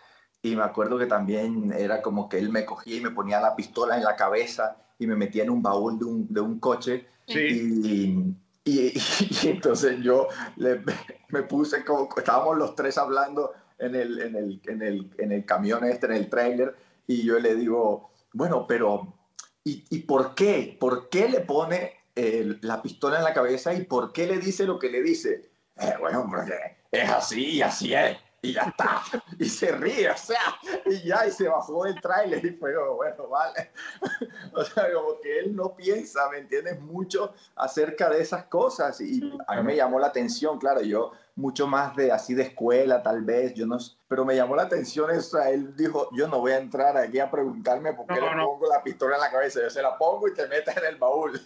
[SPEAKER 4] y me acuerdo que también era como que él me cogía y me ponía la pistola en la cabeza y me metía en un baúl de un, de un coche
[SPEAKER 5] Sí,
[SPEAKER 4] y, y- [LAUGHS] y entonces yo le- [LAUGHS] me puse como, estábamos los tres hablando en el, en, el, en, el, en el camión este, en el trailer, y yo le digo, bueno, pero ¿y, y por qué? ¿Por qué le pone eh, la pistola en la cabeza y por qué le dice lo que le dice? "Eh, bueno, porque es así y así es. y ya está. [LAUGHS] Y se ríe, o sea, y ya, y se bajó del tráiler y fue como, bueno, vale. [LAUGHS] O sea, como que él no piensa, ¿me entiendes? Mucho acerca de esas cosas. Y a mí me llamó la atención, claro, yo mucho más de así de escuela, tal vez, yo no pero me llamó la atención eso, él dijo, yo no voy a entrar aquí a preguntarme por qué
[SPEAKER 5] No,
[SPEAKER 4] le
[SPEAKER 5] no.
[SPEAKER 4] pongo la pistola en la cabeza, yo se la pongo y te metes en el baúl.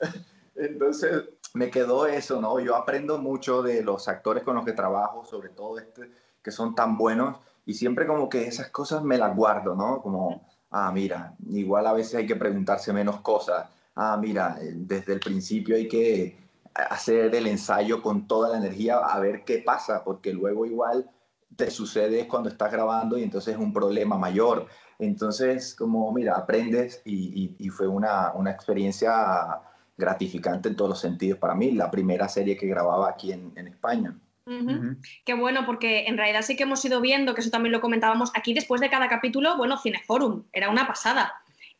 [SPEAKER 4] [LAUGHS] Entonces, me quedó eso, ¿no? Yo aprendo mucho de los actores con los que trabajo, sobre todo este, que son tan buenos, y siempre como que esas cosas me las guardo, ¿no? Como, ah, mira, igual a veces hay que preguntarse menos cosas, ah, mira, eh, desde el principio hay que hacer el ensayo con toda la energía a ver qué pasa, porque luego igual te sucede es cuando estás grabando y entonces es un problema mayor. Entonces, como, mira, aprendes y, y- y fue una, una experiencia gratificante en todos los sentidos para mí, la primera serie que grababa aquí en, en España.
[SPEAKER 3] Ujú. Qué bueno, porque en realidad sí que hemos ido viendo, que eso también lo comentábamos aquí después de cada capítulo, bueno, Cineforum, era una pasada.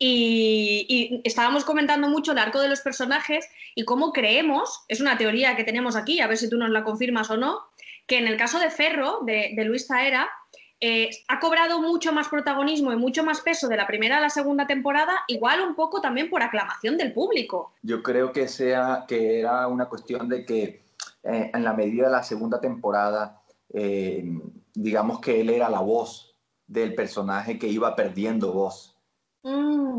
[SPEAKER 3] Y, y estábamos comentando mucho el arco de los personajes y cómo creemos, es una teoría que tenemos aquí, a ver si tú nos la confirmas o no, que en el caso de Ferro, de, de Luis Zaera, eh, ha cobrado mucho más protagonismo y mucho más peso de la primera a la segunda temporada, igual un poco también por aclamación del público.
[SPEAKER 4] Yo creo que, sea, que era una cuestión de que eh, en la medida de la segunda temporada, eh, digamos que él era la voz del personaje que iba perdiendo voz.
[SPEAKER 3] Mm,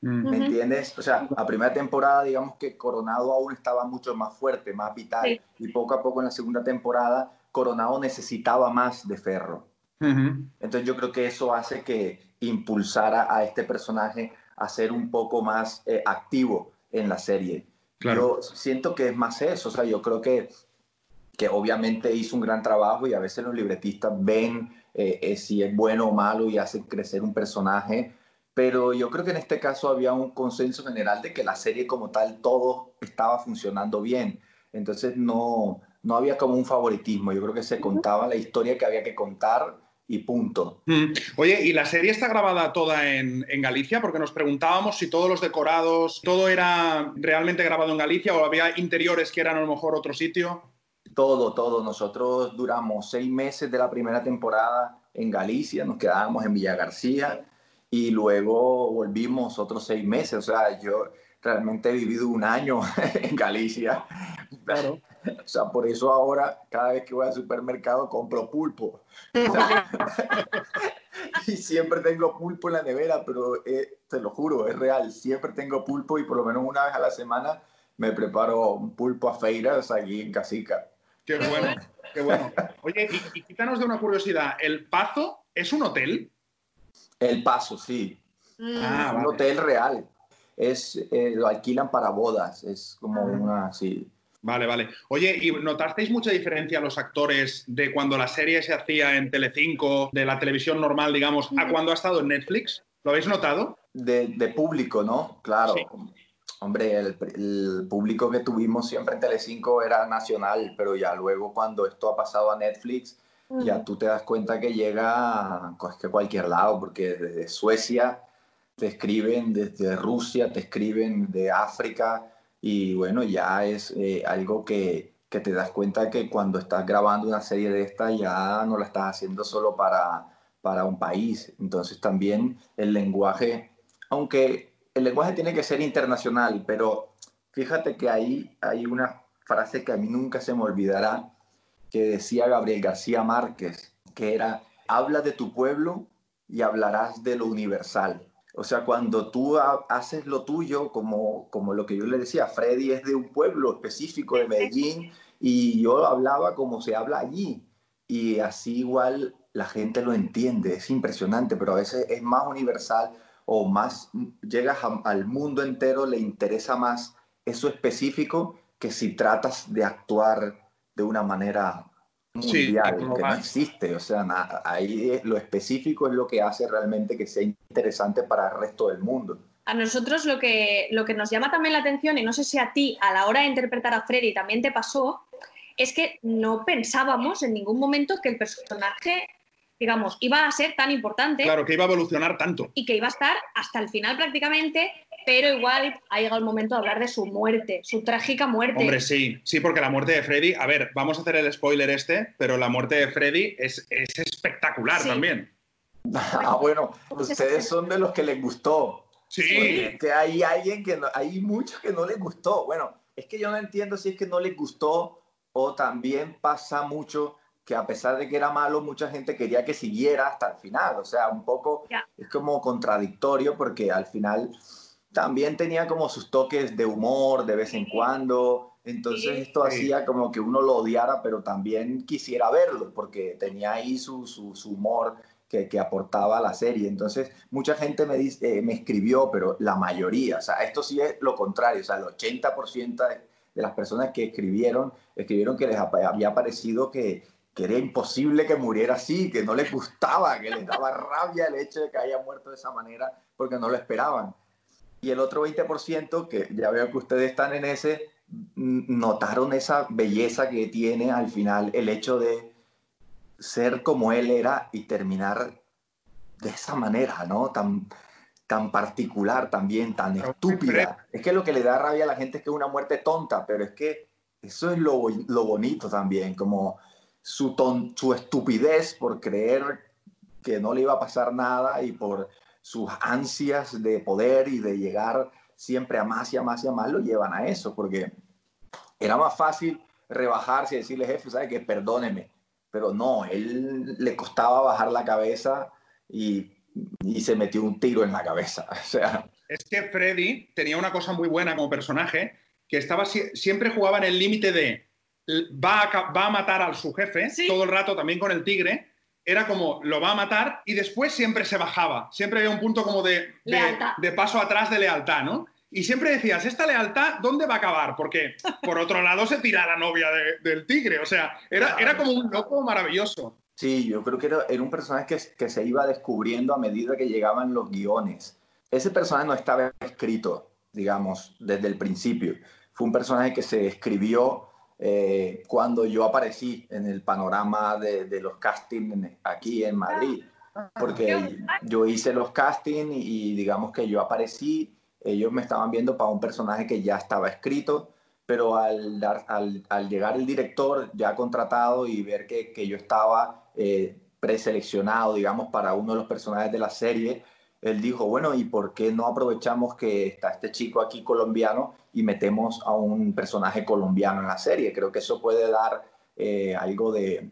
[SPEAKER 5] Mm.
[SPEAKER 4] ¿Me
[SPEAKER 3] Ujú.
[SPEAKER 4] entiendes? O sea, la primera temporada, digamos que Coronado aún estaba mucho más fuerte, más vital.
[SPEAKER 3] Sí.
[SPEAKER 4] Y poco a poco en la segunda temporada, Coronado necesitaba más de Ferro.
[SPEAKER 5] Ujú.
[SPEAKER 4] Entonces yo creo que eso hace que impulsara a este personaje a ser un poco más eh, activo en la serie.
[SPEAKER 5] Claro.
[SPEAKER 4] Yo siento que es más eso, o sea, yo creo que, que obviamente hizo un gran trabajo y a veces los libretistas ven eh, eh, si es bueno o malo y hacen crecer un personaje, pero yo creo que en este caso había un consenso general de que la serie como tal todo estaba funcionando bien, entonces no, no había como un favoritismo, yo creo que se contaba la historia que había que contar y punto.
[SPEAKER 5] Mm. Oye, ¿y la serie está grabada toda en, en Galicia? Porque nos preguntábamos si todos los decorados, todo era realmente grabado en Galicia o había interiores que eran a lo mejor otro sitio.
[SPEAKER 4] Todo, todo. Nosotros duramos seis meses de la primera temporada en Galicia, nos quedábamos en Villa García y luego volvimos otros seis meses. O sea, yo realmente he vivido un año [LAUGHS] en Galicia.
[SPEAKER 5] Claro.
[SPEAKER 4] [LAUGHS] O sea, por eso ahora cada vez que voy al supermercado compro pulpo. y siempre tengo pulpo en la nevera, pero eh, te lo juro, es real. Siempre tengo pulpo y por lo menos una vez a la semana me preparo un pulpo a feiras aquí en Casica.
[SPEAKER 5] Qué bueno, qué bueno. Oye, y, y quítanos de una curiosidad, ¿el Pazo es un hotel?
[SPEAKER 4] El Paso, sí.
[SPEAKER 3] mm.
[SPEAKER 5] Ah,
[SPEAKER 4] es un
[SPEAKER 5] vale.
[SPEAKER 4] hotel real. Es, eh, lo alquilan para bodas. Es como
[SPEAKER 3] Ah.
[SPEAKER 4] una, sí.
[SPEAKER 5] Vale, vale. Oye, ¿y notasteis mucha diferencia los actores de cuando la serie se hacía en Telecinco, de la televisión normal, digamos, a
[SPEAKER 3] Ujú.
[SPEAKER 5] cuando ha estado en Netflix? ¿Lo habéis notado?
[SPEAKER 4] De, de público, ¿no? Claro.
[SPEAKER 5] Sí.
[SPEAKER 4] Hombre, el, el público que tuvimos siempre en Telecinco era nacional, pero ya luego cuando esto ha pasado a Netflix,
[SPEAKER 3] mm.
[SPEAKER 4] ya tú te das cuenta que llega a pues, que cualquier lado, porque desde Suecia te escriben, desde Rusia te escriben, de África, y bueno, ya es eh, algo que, que te das cuenta que cuando estás grabando una serie de esta ya no la estás haciendo solo para, para un país. Entonces también el lenguaje, aunque el lenguaje tiene que ser internacional, pero fíjate que ahí hay una frase que a mí nunca se me olvidará, que decía Gabriel García Márquez, que era, habla de tu pueblo y hablarás de lo universal. O sea, cuando tú ha- haces lo tuyo, como, como lo que yo le decía, Freddy es de un pueblo específico de Medellín y yo hablaba como se habla allí. Y así igual la gente lo entiende, es impresionante, pero a veces es más universal o más llegas a- al mundo entero, le interesa más eso específico que si tratas de actuar de una manera
[SPEAKER 5] Sí,
[SPEAKER 4] mundial,
[SPEAKER 5] como
[SPEAKER 4] que no
[SPEAKER 5] más.
[SPEAKER 4] existe. O sea, na- ahí es- lo específico es lo que hace realmente que sea interesante para el resto del mundo. [LAUGHS]
[SPEAKER 3] A nosotros lo que, lo que nos llama también la atención, y no sé si a ti a la hora de interpretar a Freddy también te pasó, es que no pensábamos en ningún momento que el personaje, digamos, iba a ser tan importante
[SPEAKER 5] Claro, que iba a evolucionar tanto.
[SPEAKER 3] y que iba a estar hasta el final prácticamente, pero igual ha llegado el momento de hablar de su muerte, su trágica muerte.
[SPEAKER 5] Hombre, sí, sí, porque la muerte de Freddy, a ver, vamos a hacer el spoiler este, pero la muerte de Freddy es, es espectacular
[SPEAKER 3] Sí.
[SPEAKER 5] también.
[SPEAKER 3] Bueno,
[SPEAKER 4] [LAUGHS] Ah, bueno,
[SPEAKER 3] pues es-
[SPEAKER 4] ustedes son de los que les gustó.
[SPEAKER 5] Sí.
[SPEAKER 4] Porque es que hay alguien que no- hay muchos que no les gustó. Bueno, es que yo no entiendo si es que no les gustó o también pasa mucho que a pesar de que era malo, mucha gente quería que siguiera hasta el final. O sea, un poco
[SPEAKER 3] Ya.
[SPEAKER 4] es como contradictorio porque al final también tenía como sus toques de humor de vez en cuando. Entonces
[SPEAKER 3] Sí.
[SPEAKER 4] esto
[SPEAKER 5] Sí.
[SPEAKER 4] hacía como que uno lo odiara, pero también quisiera verlo porque tenía ahí su, su, su humor que, que aportaba a la serie. Entonces, mucha gente me, dice, eh, me escribió, pero la mayoría, o sea, esto sí es lo contrario, o sea, el 80% de, de las personas que escribieron, escribieron que les apa- había parecido que, que era imposible que muriera así, que no les gustaba, que les daba rabia el hecho de que haya muerto de esa manera porque no lo esperaban. Y el otro 20%, que ya veo que ustedes están en ese, n- notaron esa belleza que tiene al final el hecho de ser como él era y terminar de esa manera, ¿no? Tan, tan particular también, tan
[SPEAKER 5] Pero,
[SPEAKER 4] estúpida. Es que lo que le da rabia a la gente es que es una muerte tonta, pero es que eso es lo, bo- lo bonito también, como su, ton- su estupidez por creer que no le iba a pasar nada y por sus ansias de poder y de llegar siempre a más y a más y a más lo llevan a eso, porque era más fácil rebajarse y decirle, jefe, ¿sabe que Perdóneme. Pero no, él le costaba bajar la cabeza y, y se metió un tiro en la cabeza. [LAUGHS] O sea,
[SPEAKER 5] Es que Freddy tenía una cosa muy buena como personaje, que estaba sie- siempre jugaba en el límite de l- va a, ca- va a matar al su jefe
[SPEAKER 3] Sí.
[SPEAKER 5] todo el rato también con el tigre. Era como lo va a matar y después siempre se bajaba. Siempre había un punto como de, de,
[SPEAKER 3] Lealtad.
[SPEAKER 5] de paso atrás de lealtad, ¿no? Y siempre decías, ¿esta lealtad dónde va a acabar? Porque por otro lado se tira la novia de- del tigre. O sea, era, era como un loco maravilloso.
[SPEAKER 4] sí, yo creo que era, era un personaje que, que se iba descubriendo a medida que llegaban los guiones. Ese personaje no estaba escrito, digamos, desde el principio. Fue un personaje que se escribió eh, cuando yo aparecí en el panorama de, de los castings aquí en Madrid. porque yo hice los castings y, y digamos que yo aparecí, ellos me estaban viendo para un personaje que ya estaba escrito, pero al, dar- al, al llegar el director ya contratado y ver que, que yo estaba eh, preseleccionado, digamos, para uno de los personajes de la serie, él dijo, bueno, ¿y por qué no aprovechamos que está este chico aquí colombiano y metemos a un personaje colombiano en la serie? Creo que eso puede dar eh, algo de,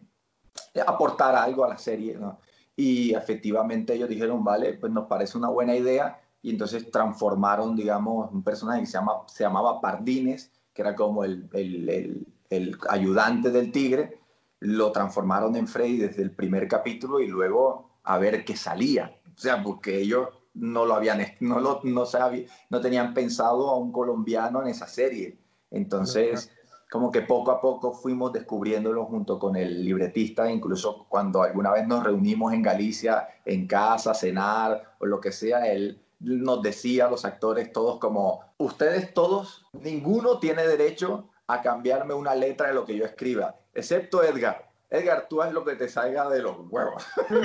[SPEAKER 4] de aportar algo a la serie, ¿no? y efectivamente ellos dijeron, vale, pues nos parece una buena idea y entonces transformaron, digamos, un personaje que se, llama, se llamaba Pardines, que era como el, el- el- el ayudante del tigre, lo transformaron en Freddy desde el primer capítulo y luego a ver qué salía. O sea, porque ellos no lo habían, no, lo, no, sabían, no tenían pensado a un colombiano en esa serie. Entonces, como que poco a poco fuimos descubriéndolo junto con el libretista, incluso cuando alguna vez nos reunimos en Galicia, en casa, a cenar o lo que sea, él nos decía a los actores todos como, ustedes todos, ninguno tiene derecho a cambiarme una letra de lo que yo escriba, excepto Edgar. Edgar, tú haz lo que te salga de los huevos. [LAUGHS]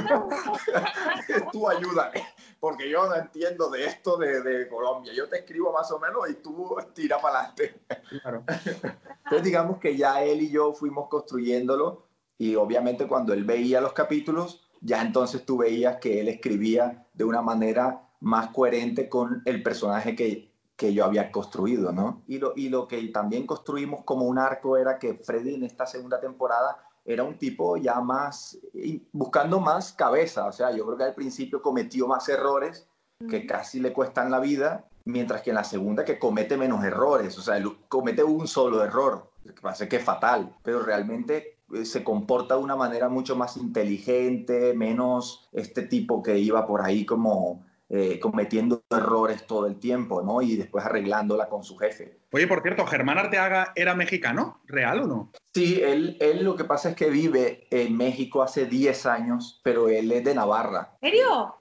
[SPEAKER 4] tú ayúdame, porque yo no entiendo de esto de, de Colombia. Yo te escribo más o menos y tú tira para adelante.
[SPEAKER 5] Claro.
[SPEAKER 4] Entonces digamos que ya él y yo fuimos construyéndolo y obviamente cuando él veía los capítulos, ya entonces tú veías que él escribía de una manera más coherente con el personaje que, que yo había construido, ¿no? Y lo, y lo que también construimos como un arco era que Freddy en esta segunda temporada era un tipo ya más, y buscando más cabeza, o sea, yo creo que al principio cometió más errores que casi le cuestan la vida, mientras que en la segunda que comete menos errores, o sea, él comete un solo error, lo que pasa es que es fatal, pero realmente eh, se comporta de una manera mucho más inteligente, menos este tipo que iba por ahí como eh, cometiendo errores todo el tiempo, ¿no? Y después arreglándola con su jefe.
[SPEAKER 5] Oye, por cierto, Germán Arteaga era mexicano, ¿real o no?
[SPEAKER 4] Sí, él, él lo que pasa es que vive en México hace 10 años, pero él es de Navarra.
[SPEAKER 3] ¿En serio?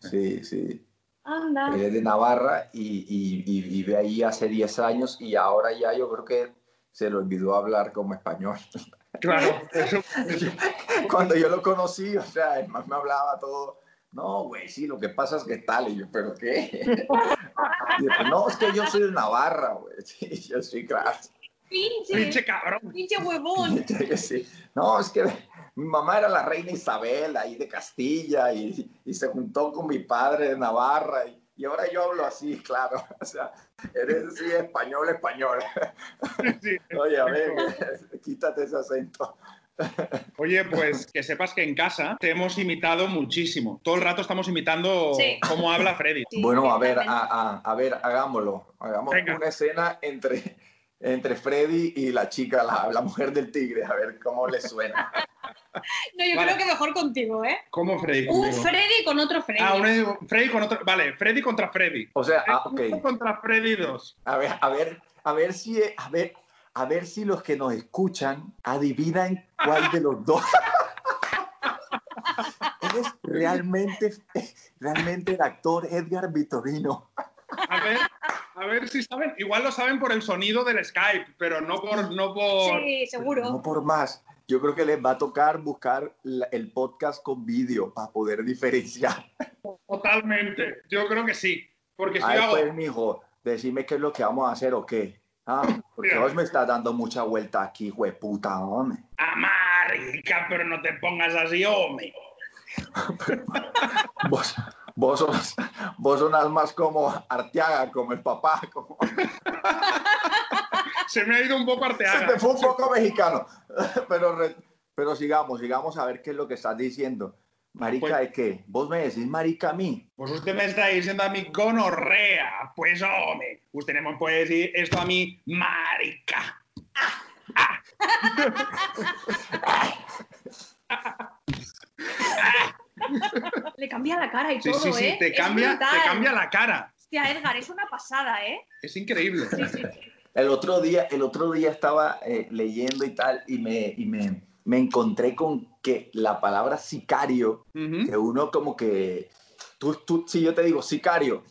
[SPEAKER 4] Sí, sí.
[SPEAKER 3] Anda.
[SPEAKER 4] Él es eh, de Navarra y, y- y vive ahí hace 10 años y ahora ya yo creo que se le olvidó hablar como español. [LAUGHS]
[SPEAKER 3] [LAUGHS]
[SPEAKER 5] Claro, eso-
[SPEAKER 4] Cuando yo lo conocí, o sea, él más me hablaba todo No, güey, sí, lo que pasa es que tal. Y yo, ¿pero qué? [LAUGHS] Y yo, no, es que yo soy de Navarra, güey. [LAUGHS] Sí, yo soy claro. [LAUGHS]
[SPEAKER 5] Pinche
[SPEAKER 3] Pinche,
[SPEAKER 5] cabrón. [LAUGHS]
[SPEAKER 3] pinche huevón.
[SPEAKER 4] Sí. No, es que mi mamá era la reina Isabel ahí de Castilla y, y se juntó con mi padre de Navarra y, y ahora yo hablo así, claro. [LAUGHS] O sea, eres sí, español, español.
[SPEAKER 5] Sí.
[SPEAKER 4] Oye, a ver, [LAUGHS] quítate ese acento.
[SPEAKER 5] Oye, pues que sepas que en casa te hemos imitado muchísimo. Todo el rato estamos imitando
[SPEAKER 3] Sí.
[SPEAKER 5] cómo habla Freddy.
[SPEAKER 3] Sí,
[SPEAKER 4] [LAUGHS] bueno, a ver, ah, a,
[SPEAKER 3] exactamente.
[SPEAKER 4] a- a ver, hagámoslo. Hagamos
[SPEAKER 5] Venga.
[SPEAKER 4] una escena entre, entre Freddy y la chica, la, la mujer del tigre, a ver cómo le suena.
[SPEAKER 3] No, yo
[SPEAKER 5] Vale.
[SPEAKER 3] creo que mejor contigo, ¿eh?
[SPEAKER 5] ¿Cómo Freddy?
[SPEAKER 3] Un
[SPEAKER 5] contigo?
[SPEAKER 3] Freddy con otro Freddy.
[SPEAKER 5] Ah, un Freddy con otro. Vale, Freddy contra Freddy.
[SPEAKER 4] O sea, ah, ok.
[SPEAKER 5] Uno contra Freddy 2.
[SPEAKER 4] A ver, a ver, a ver si, a ver, a ver si los que nos escuchan adivinan cuál de los dos. [LAUGHS] Eres realmente, realmente el actor Edgar Vitorino.
[SPEAKER 5] A ver, a ver si saben. Igual lo saben por el sonido del Skype, pero no por. No por...
[SPEAKER 3] Sí,
[SPEAKER 4] No
[SPEAKER 3] seguro.
[SPEAKER 4] por más. Yo creo que les va a tocar buscar la- el podcast con vídeo para
[SPEAKER 5] [LAUGHS]
[SPEAKER 4] poder diferenciar.
[SPEAKER 5] Totalmente. Yo creo que sí. Porque si
[SPEAKER 4] A
[SPEAKER 5] yo
[SPEAKER 4] ver,
[SPEAKER 5] hago.
[SPEAKER 4] pues, mijo, decime qué es lo que vamos a hacer o qué. Ah, porque
[SPEAKER 5] Mira.
[SPEAKER 4] vos me estás dando mucha vuelta aquí, hueputa, hombre.
[SPEAKER 5] Amarica, pero no te pongas así, hombre.
[SPEAKER 4] Vos, vos, sos- vos sonás más como Arteaga, como el papá, como...
[SPEAKER 5] Se me ha ido
[SPEAKER 4] [LAUGHS]
[SPEAKER 5] un poco
[SPEAKER 4] Se
[SPEAKER 5] arteaga.
[SPEAKER 4] te fue un poco mexicano. [LAUGHS] Pero, re- pero sigamos, sigamos a ver qué es lo que estás diciendo. Marica,
[SPEAKER 5] Pues-
[SPEAKER 4] ¿de qué? ¿Vos me decís marica a mí?
[SPEAKER 5] Pues usted me está diciendo a mí gonorrea. Pues hombre, usted no me puede decir esto a mí marica. Ah,
[SPEAKER 3] Le cambia la cara y
[SPEAKER 5] Sí,
[SPEAKER 3] todo,
[SPEAKER 5] sí, sí,
[SPEAKER 3] ¿eh?
[SPEAKER 5] te
[SPEAKER 3] Es
[SPEAKER 5] cambia, te
[SPEAKER 3] brutal.
[SPEAKER 5] cambia la cara.
[SPEAKER 3] Hostia, Edgar, es una pasada, ¿eh?
[SPEAKER 5] Es increíble.
[SPEAKER 3] Sí, sí,
[SPEAKER 5] [LAUGHS]
[SPEAKER 3] sí.
[SPEAKER 4] El otro día, el otro día estaba eh, leyendo y tal, y, me, y me, me encontré con que la palabra sicario,
[SPEAKER 5] Ujú.
[SPEAKER 4] que uno como que... Tú, tú, si yo te digo sicario,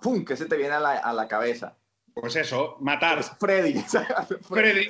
[SPEAKER 4] ¡pum! que se te viene a la, a la cabeza?
[SPEAKER 5] Pues eso, matar. eh,
[SPEAKER 4] Freddy. [LAUGHS]
[SPEAKER 5] Freddy,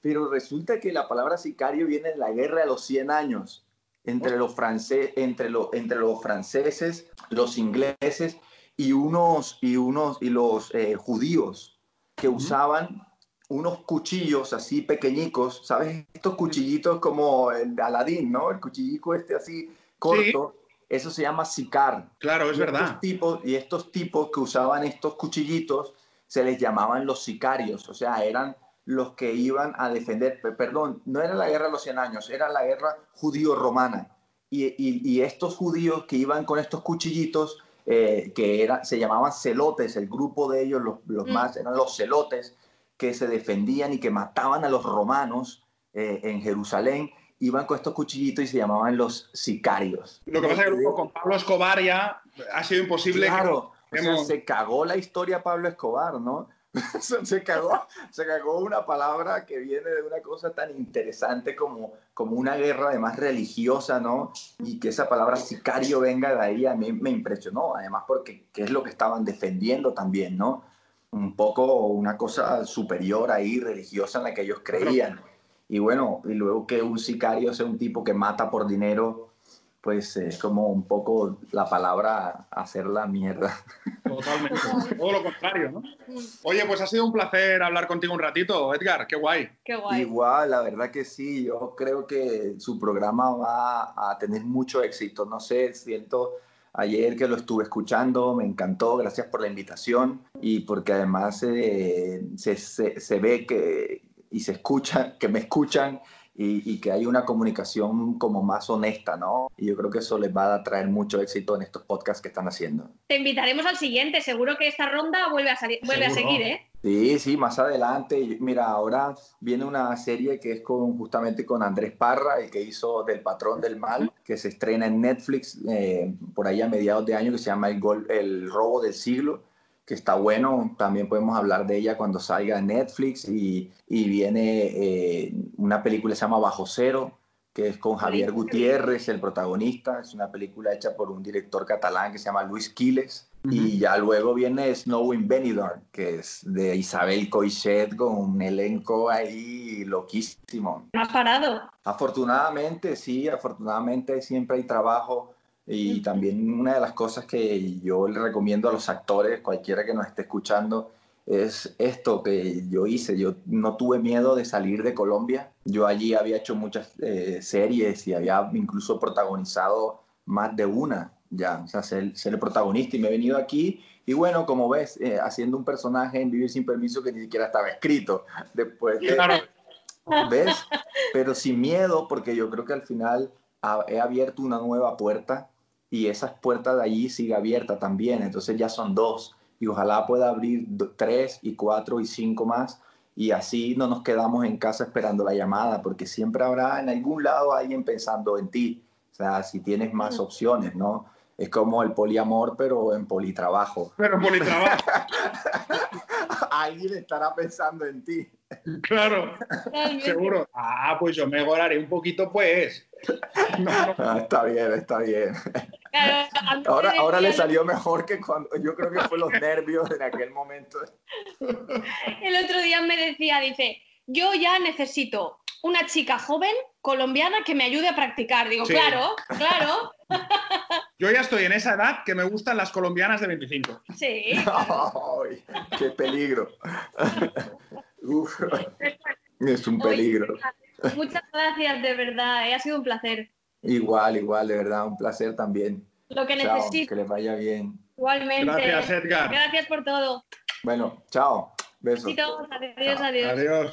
[SPEAKER 4] Pero resulta que la palabra sicario viene de la guerra de los 100 años entre los, france- entre lo- entre los franceses, los ingleses y unos y unos y los eh, judíos que usaban unos cuchillos así pequeñicos, ¿sabes? Estos cuchillitos como el de Aladín, ¿no? El cuchillico este así corto, eso se llama sicar.
[SPEAKER 5] claro, es
[SPEAKER 4] Y estos
[SPEAKER 5] verdad.
[SPEAKER 4] tipos, y estos tipos que usaban estos cuchillitos se les llamaban los sicarios, o sea, eran los que iban a defender, pe- perdón, no era la guerra de los 100 años, era la guerra judío-romana. Y, y- y estos judíos que iban con estos cuchillitos, eh, que era, se llamaban celotes, el grupo de ellos, los, los
[SPEAKER 3] Mm.
[SPEAKER 4] más, eran los celotes, que se defendían y que mataban a los romanos eh, en Jerusalén, iban con estos cuchillitos y se llamaban los sicarios.
[SPEAKER 5] Lo que pasa es que luego con Pablo Escobar ya ha sido imposible. que-
[SPEAKER 4] Claro, o sea,
[SPEAKER 5] hemos-
[SPEAKER 4] se cagó la historia Pablo Escobar, ¿no? [LAUGHS] O sea, se, cagó, se cagó una palabra que viene de una cosa tan interesante como, como una guerra además religiosa, ¿no? Y que esa palabra sicario venga de ahí a mí me impresionó, además porque qué es lo que estaban defendiendo también, ¿no? Un poco una cosa superior ahí religiosa en la que ellos creían. Y bueno, y luego que un sicario sea un tipo que mata por dinero, pues es como un poco la palabra hacer la mierda.
[SPEAKER 5] Totalmente.
[SPEAKER 3] Total.
[SPEAKER 5] Todo lo contrario, ¿no?
[SPEAKER 3] Mm,
[SPEAKER 5] Oye, pues ha sido un placer hablar contigo un ratito, Edgar. Qué guay.
[SPEAKER 3] Qué guay.
[SPEAKER 4] Igual, la verdad que sí, yo creo que su programa va a tener mucho éxito. No sé, siento ayer que lo estuve escuchando, me encantó, gracias por la invitación y porque además eh, se, se- se ve que y se escucha, que me escuchan y, y que hay una comunicación como más honesta, ¿no? Y yo creo que eso les va a traer mucho éxito en estos podcasts que están haciendo.
[SPEAKER 3] Te invitaremos al siguiente. Seguro que esta ronda vuelve a, salir, vuelve a
[SPEAKER 5] Seguro.
[SPEAKER 3] seguir, ¿eh?
[SPEAKER 4] Sí, sí, más adelante. Y Mira, ahora viene una serie que es con, justamente con Andrés Parra, el que hizo Del Patrón del Mal, que se estrena en Netflix eh, por ahí a mediados de año, que se llama El, Gol- El Robo del Siglo, que está bueno. También podemos hablar de ella cuando salga en Netflix. Y, y viene eh, una película que se llama Bajo Cero, que es con Javier Gutiérrez, el protagonista. Es una película hecha por un director catalán que se llama Luis Quiles. Y ya luego viene Snow in Benidorm, que es de Isabel Coixet con un elenco ahí loquísimo.
[SPEAKER 3] No has parado.
[SPEAKER 4] Afortunadamente, sí, afortunadamente siempre hay trabajo. Y también una de las cosas que yo le recomiendo a los actores, cualquiera que nos esté escuchando, es esto que yo hice. Yo no tuve miedo de salir de Colombia. Yo allí había hecho muchas eh, series y había incluso protagonizado más de una. Ya, o sea, ser, ser el protagonista y me he venido aquí y bueno, como ves, eh, haciendo un personaje en Vivir sin Permiso que ni siquiera estaba escrito. [LAUGHS] Después de,
[SPEAKER 5] Claro.
[SPEAKER 4] ¿Ves? Pero sin miedo, porque yo creo que al final a- he abierto una nueva puerta y esa puerta de allí sigue abierta también. Entonces ya son dos y ojalá pueda abrir do- tres y cuatro y cinco más y así no nos quedamos en casa esperando la llamada, porque siempre habrá en algún lado alguien pensando en ti. O sea, si tienes más
[SPEAKER 3] Ujú.
[SPEAKER 4] opciones, ¿no? Es como el poliamor, pero en politrabajo. [LAUGHS]
[SPEAKER 5] Pero por el trabajo, [LAUGHS]
[SPEAKER 4] alguien estará pensando en ti.
[SPEAKER 5] claro, [LAUGHS] seguro. Ah, pues yo me goraré un poquito, pues.
[SPEAKER 4] Ah, está bien, está bien.
[SPEAKER 3] Claro, a mí me
[SPEAKER 4] [LAUGHS] Ahora, ahora le
[SPEAKER 3] decían-
[SPEAKER 4] salió mejor que cuando. Yo creo que fue los nervios en aquel momento.
[SPEAKER 3] El otro día me decía, dice, yo ya necesito una chica joven colombiana que me ayude a practicar. Digo,
[SPEAKER 5] Sí.
[SPEAKER 3] claro,
[SPEAKER 5] [LAUGHS]
[SPEAKER 3] claro,
[SPEAKER 5] Yo ya estoy en esa edad que me gustan las colombianas de 25.
[SPEAKER 4] [LAUGHS]
[SPEAKER 3] sí.
[SPEAKER 4] ¡Ay, ¡Qué peligro! Uf, es un
[SPEAKER 3] Oye,
[SPEAKER 4] peligro.
[SPEAKER 3] Muchas gracias, de verdad, eh, ha sido un placer.
[SPEAKER 4] Igual, igual, de verdad, un placer también.
[SPEAKER 3] Lo que
[SPEAKER 4] Chao,
[SPEAKER 3] necesito,
[SPEAKER 4] que les vaya bien.
[SPEAKER 3] igualmente.
[SPEAKER 5] Gracias, Edgar.
[SPEAKER 3] Gracias por todo.
[SPEAKER 4] Bueno, chao. Besos.
[SPEAKER 3] Besitos, adiós, adiós.
[SPEAKER 5] Adiós.